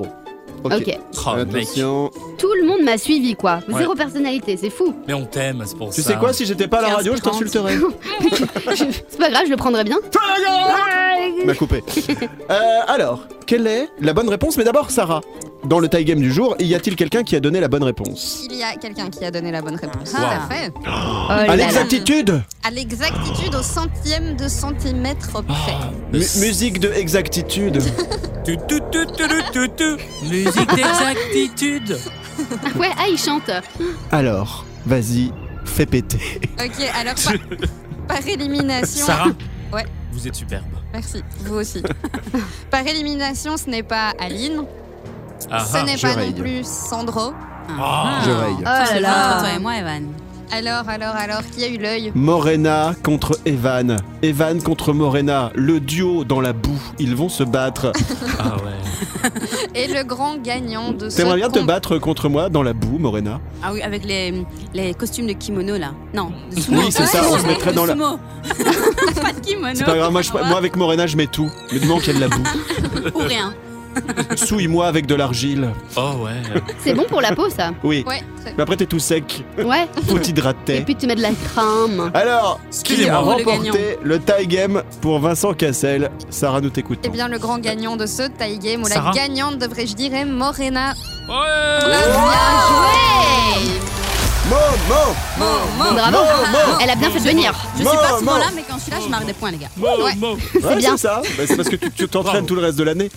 S1: Ok.
S4: Ok.
S3: Oh, mec.
S1: Attention.
S4: Tout le monde m'a suivi, quoi.
S3: Ouais.
S4: Zéro personnalité, c'est fou.
S3: Mais on t'aime, c'est pour
S1: Tu
S3: ça.
S1: sais quoi, si j'étais pas à la radio, je
S8: 15, 30.
S1: t'insulterais.
S4: c'est pas grave, je le prendrai bien.
S1: m'a coupé. Euh, alors, quelle est la bonne réponse Mais d'abord, Sarah. Dans le tie game du jour, y a-t-il quelqu'un qui a donné la bonne réponse
S2: Il y a quelqu'un qui a donné la bonne réponse.
S3: Wow.
S2: Tout à fait.
S4: Oh
S1: À
S4: là là.
S1: l'exactitude
S2: À l'exactitude au centième de
S3: Ah.
S2: centimètre près.
S1: Mu- Musique de exactitude.
S3: Tu, tu, tu, tu, tu, tu, tu. Musique d'exactitude.
S4: Ah ouais, ah, il chante.
S1: Alors, vas-y, fais péter.
S2: Ok, alors par, par élimination.
S3: Sarah
S2: Ouais.
S3: Vous êtes superbe.
S2: Merci, vous aussi. par élimination, ce n'est pas Aline,
S3: Ah,
S2: ce
S3: ah.
S2: n'est
S1: je Oh
S2: pas
S1: raye.
S2: non plus Sandro.
S3: Ah.
S1: Je raye.
S4: Ah là
S8: C'est Oh là.
S4: là.
S8: Entre toi et moi, Evan.
S2: Alors, alors, alors, qui a eu l'œil
S1: Morena contre Evan. Evan contre Morena. Le duo dans la boue. Ils vont se battre.
S3: Ah ouais.
S2: Et le grand gagnant de ce
S1: T'aimerais bien te
S2: combat-
S1: battre contre moi dans la boue, Morena
S8: Ah oui, avec les, les costumes de kimono là. Non, de sumo.
S1: Oui, c'est ça, on se mettrait dans la-
S8: Sumo. pas de kimono.
S1: C'est pas grave, moi, je- moi, avec Morena je mets tout. Mais du moment qu'il y a de la boue.
S8: Ou rien.
S1: Souille-moi avec de l'argile.
S3: Oh ouais.
S4: C'est bon pour la peau, ça.
S1: Oui.
S2: Ouais, très-
S1: Mais après t'es tout sec.
S4: Ouais.
S1: Faut
S4: Et
S1: t'hydrater.
S4: puis tu mets de la crème.
S1: Alors, qui a
S3: Excusez-moi.
S8: Bravo, le
S1: remporté le tie game pour Vincent Cassel Sarah, nous t'écoute.
S2: Eh bien, le grand gagnant de ce tie game, ou
S3: Sarah Oh.
S2: la gagnante, devrais-je dire, est Morena.
S3: Ouais.
S1: Momo
S8: Bon, bon.
S4: Bravo. Elle a bien fait de venir.
S8: Je suis pas
S1: Bon,
S8: souvent
S1: bon.
S8: là, mais quand je suis là, je marque des points, les gars.
S3: Mo,
S2: Ouais.
S3: mo.
S1: Ouais,
S4: bien.
S1: C'est ça. Bah, c'est parce que tu tu t'entraînes
S3: Bravo.
S1: tout le reste de l'année.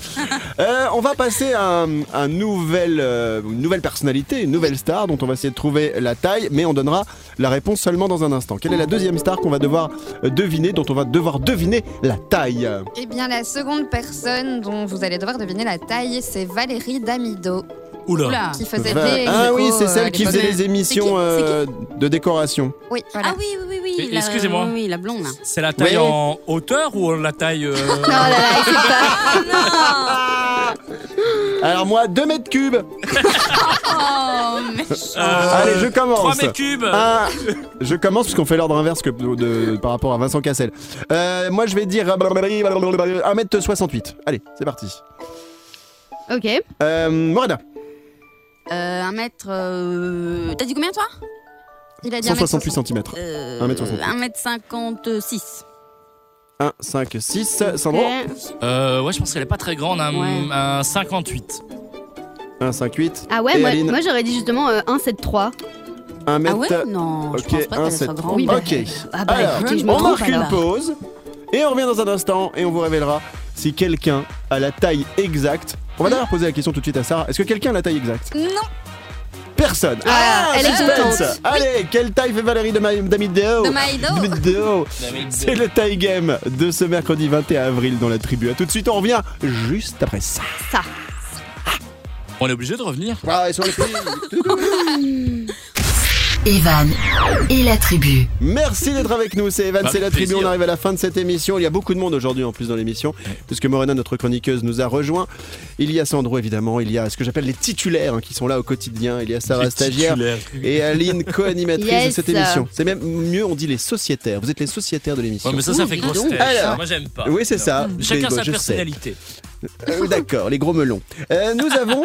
S1: Euh, on va passer à un, un nouvel, euh, une nouvelle personnalité, une nouvelle star dont on va essayer de trouver la taille, mais on donnera la réponse seulement dans un instant. Quelle est la deuxième star qu'on va devoir euh, deviner, dont on va devoir deviner la taille
S2: Eh bien, la seconde personne dont vous allez devoir deviner la taille, c'est Valérie Damido,
S3: Oula.
S8: Oula.
S2: qui faisait
S1: Va-
S2: des.
S1: Ah oui,
S2: Lego,
S1: c'est
S2: euh, à
S1: celle qui
S2: l'époque.
S1: faisait les émissions
S8: C'est qui- c'est
S1: euh, de décoration.
S2: Oui, voilà.
S8: Ah oui, oui, oui, oui.
S3: Et-
S8: la-
S3: excusez-moi.
S8: Oui, oui, la blonde là.
S3: C'est la taille
S1: Ouais.
S3: en hauteur ou la taille. euh,
S4: Oh là là, il sait pas.
S1: Alors moi, 2 mètres cubes
S8: Oh, méchant.
S3: euh,
S1: Allez, je commence
S3: 3 mètres cubes.
S1: Ah, je commence puisqu'on fait l'ordre inverse que de, de- par rapport à Vincent Cassel. Euh, moi je vais dire 1m68. Allez, c'est parti.
S4: Ok.
S1: Euh, Morena,
S8: Euh, un mètre. euh, T'as dit combien toi
S2: Il a
S4: Eh
S2: dit
S1: 168
S2: 1m60.
S1: cm.
S8: euh,
S1: 1m60.
S8: 1m56.
S1: 1, 5, 6. Sandro,
S4: Euh,
S8: Ah
S3: Euh, ouais, je pense qu'elle est pas très grande. Un,
S8: Ouais.
S3: un 58.
S1: 1, 5, 8.
S4: Ah ouais,
S1: Et
S4: moi,
S1: Aline
S4: moi, j'aurais dit justement euh, 1,73.
S1: 1 m.
S8: Ah ouais Non, je
S1: Ok,
S8: pense pas
S1: 1,
S8: qu'elle
S1: 7.
S8: soit grande.
S4: Oui, bah,
S1: ok.
S4: Ah bah
S1: alors,
S4: écoutez, je me
S1: on
S4: trompe
S1: marque une
S4: alors.
S1: pause et on revient dans un instant et on vous révélera si quelqu'un a la taille exacte. On va d'ailleurs poser la question tout de suite à Sarah. Est-ce que quelqu'un a la taille exacte
S2: Non,
S1: Personne.
S4: Ah, elle est
S1: suspense.
S4: contente.
S1: Allez, quelle taille fait Valérie de Ma- Damideo
S2: de Maïdo.
S1: Damideo. C'est le taille game de ce mercredi 21 avril dans la tribu. A tout de suite, on revient juste après ça.
S3: On est obligé de revenir.
S1: Ah, et sur les prix.
S5: Evan et la tribu.
S1: Merci d'être avec nous, c'est Evan,
S3: Bah,
S1: c'est la
S3: avec
S1: tribu, on
S3: plaisir.
S1: arrive à la fin de cette émission, il y a beaucoup de monde aujourd'hui en plus dans l'émission, puisque Morena, notre chroniqueuse, nous a rejoint. Il y a Sandro évidemment, il y a ce que j'appelle les titulaires hein, qui sont là au quotidien, il y a Sarah Stagiaire et Aline co-animatrice de
S4: Yes.
S1: cette émission. C'est même mieux, on dit les sociétaires, vous êtes les sociétaires de l'émission.
S3: Ouais, mais ça, ça fait
S4: dis
S3: grosse
S4: donc.
S3: tête.
S1: Alors.
S3: Moi, j'aime pas.
S1: Oui, c'est ça.
S3: Chacun
S1: Mais bon,
S3: sa
S1: je sais.
S3: personnalité.
S1: Euh, D'accord, les gros melons. Euh, nous avons,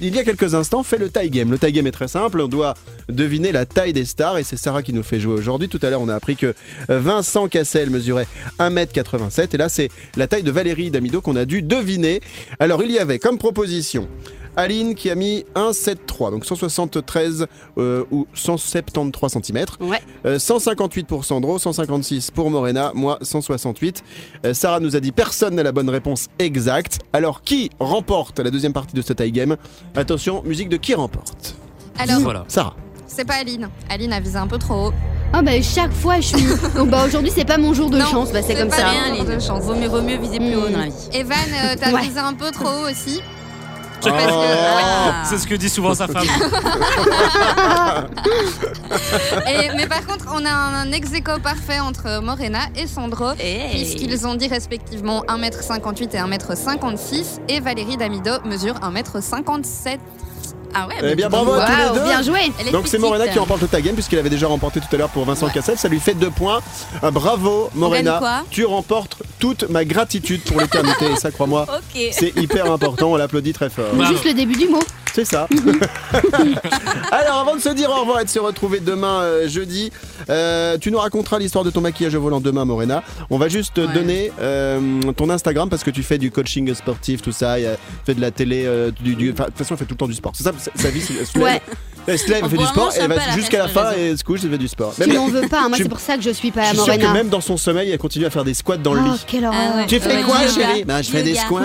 S1: il y a quelques instants, fait le taille game. Le taille game est très simple, on doit deviner la taille des stars et c'est Sarah qui nous fait jouer aujourd'hui. Tout à l'heure, on a appris que Vincent Cassel mesurait 1m87 et là, c'est la taille de Valérie Damido qu'on a dû deviner. Alors, il y avait comme proposition Aline qui a mis 1,73, donc 173 euh, ou 173 cm.
S4: Ouais.
S1: Euh, 158 pour Sandro, 156 pour Morena, moi 168. Euh, Sarah nous a dit personne n'a la bonne réponse exacte. Alors qui remporte la deuxième partie de ce tie game Attention, musique de qui remporte
S2: Alors,
S3: Voilà.
S1: Sarah.
S2: c'est pas Aline. Aline a visé un peu trop haut.
S4: Ah bah chaque fois je suis. Donc bah aujourd'hui c'est pas mon jour de
S2: Non,
S4: chance, bah c'est comme
S2: pas
S4: ça.
S2: rien.
S4: hein.
S8: Allez, les gens, vaut mieux, vaut mieux viser plus haut dans la vie.
S2: Evan, euh, t'as
S4: Ouais.
S2: visé un peu trop haut aussi.
S3: Oh.
S2: Parce que-
S8: Ah.
S3: C'est ce que dit souvent sa femme.
S2: Et- mais par contre, on a un, ex aequo parfait entre Morena et Sandro.
S8: Hey.
S2: Puisqu'ils ont dit respectivement 1m58 et 1m56 et Valérie Damido mesure 1m57.
S8: Ah ouais,
S1: Eh
S8: bah,
S1: bien bravo à tous les
S4: Waouh,
S1: deux
S4: bien joué.
S8: elle est
S1: Donc c'est
S8: petite.
S1: Morena qui remporte le tag game puisqu'elle avait déjà remporté tout à l'heure pour Vincent Cassel. Ça lui fait deux points. Ah, bravo
S8: gagne
S1: Morena.
S8: quoi
S1: Tu remportes toute ma gratitude pour l'éternité. Et ça, crois-moi,
S8: Ok.
S1: c'est hyper important. On l'applaudit très fort.
S3: Bravo.
S4: Juste le début du mot.
S1: C'est ça. Alors avant de se dire au revoir et de se retrouver demain euh, jeudi, euh, tu nous raconteras l'histoire de ton maquillage au volant demain Morena. On va juste te
S8: Ouais.
S1: donner euh, ton Instagram parce que tu fais du coaching sportif, tout ça, et, euh, tu fais de la télé, euh, du, du- enfin, de toute façon elle fait tout le temps du sport. C'est ça, sa- sa vie, c'est- elle se lève,
S4: Ouais.
S1: elle se lève, elle fait
S8: On
S1: du
S8: voit
S1: sport,
S8: vraiment
S1: et elle
S8: sympa
S1: va
S8: la
S1: jusqu'à la
S8: personne,
S1: fin
S8: raison.
S1: et elle se couche, elle fait du sport.
S4: tu
S1: Même-
S4: n'en veux pas, hein, moi
S1: je-
S4: c'est pour ça que je suis pas
S1: je
S4: à
S1: suis sûr que
S4: Morena.
S1: même dans son sommeil, elle continue à faire des squats dans le
S4: Oh
S1: lit.
S4: quelle horreur.
S8: Ah ouais.
S1: Tu fais
S8: Euh,
S1: quoi,
S8: yoga.
S1: chérie Ben, je fais des
S8: Yoga.
S1: squats.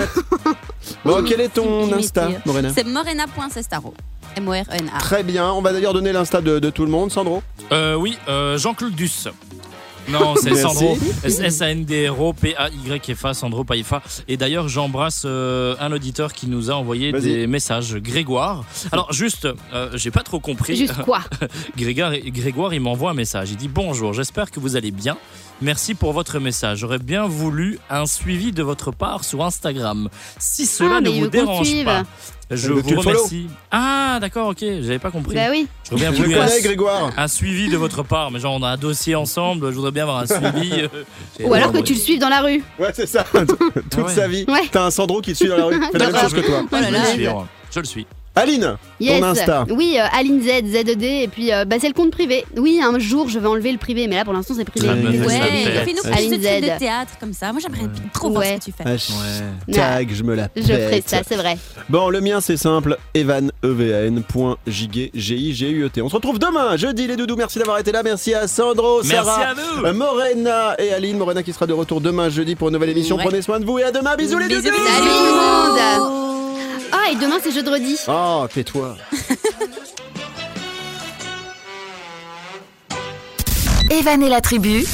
S1: Bon, quel est ton
S8: Je m'étire.
S1: Insta, Morena
S8: C'est morena.cestaro. M-O-R-N-A.
S1: Ah. Très bien, on va d'ailleurs donner l'insta de, de tout le monde, Sandro.
S3: Euh, oui, euh, Jean-Claude Duss. Non, c'est
S1: Merci.
S3: Sandro. S-A-N-D-R-O-P-A-Y-F-A, Sandro Paifa. Et d'ailleurs, j'embrasse euh, un auditeur qui nous a envoyé
S1: Vas-y.
S3: des messages, Grégoire. Alors, juste, euh, j'ai pas trop compris.
S4: Juste quoi
S3: Grégoire, Grégoire, il m'envoie un message. Il dit Bonjour, j'espère que vous allez bien. Merci pour votre message. J'aurais bien voulu un suivi de votre part sur Instagram. Si cela
S4: Ah,
S3: ne
S4: mais il
S3: vous
S4: veut qu'on
S3: dérange
S4: suive.
S3: pas, je
S1: Elle veut que tu
S3: vous
S1: le follow.
S3: remercie. Ah, d'accord, ok, j'avais pas compris.
S4: Bah oui.
S3: J'aurais bien
S1: Je
S3: voulu un,
S1: connais Grégoire.
S3: un suivi de votre part. Mais genre, on a un dossier ensemble, je voudrais bien avoir un suivi. euh, j'ai-
S4: Ou alors que tu le suives dans la rue.
S1: Ouais, c'est ça. Toute
S3: Ah ouais.
S1: sa vie.
S4: Ouais.
S1: T'as un Sandro qui te suit dans la rue. Fait la même chose que toi.
S4: Oh là
S3: Je le
S4: là.
S3: suis, hein. Je le suis.
S1: Aline,
S4: Yes.
S1: ton Insta.
S4: Oui, euh, Aline Z, ZED, et puis euh, bah, c'est le compte privé. Oui, un jour je vais enlever le privé, mais là pour l'instant c'est privé.
S1: Ouais,
S4: Bisous.
S1: ouais.
S8: Ouais, fais-nous
S1: Ouais.
S8: plus
S4: Aline
S8: de
S4: Z.
S8: trucs de théâtre comme ça. Moi, j'aimerais trop voir ce
S4: Ouais.
S8: que tu fais.
S1: Hashtag, je me la
S4: Je
S1: pète.
S4: ferai ça, c'est vrai.
S1: Bon, le mien, c'est simple. Evan, E E-V-A-N, point, J-G, G-I-G-U-E-T. On se retrouve demain, jeudi, les doudous. Merci d'avoir été là. Merci à Sandro,
S3: Merci
S1: Sarah.
S3: à vous.
S1: Euh, Morena et Aline, Morena qui sera de retour demain jeudi pour une nouvelle émission.
S8: Ouais.
S1: Prenez soin de vous et à demain. Bisous les
S8: Bisous,
S1: doudous.
S8: bisous.
S4: Salut tout le monde Ah, et demain c'est jeudi.
S1: Oh, tais-toi.
S5: Evan et la tribu,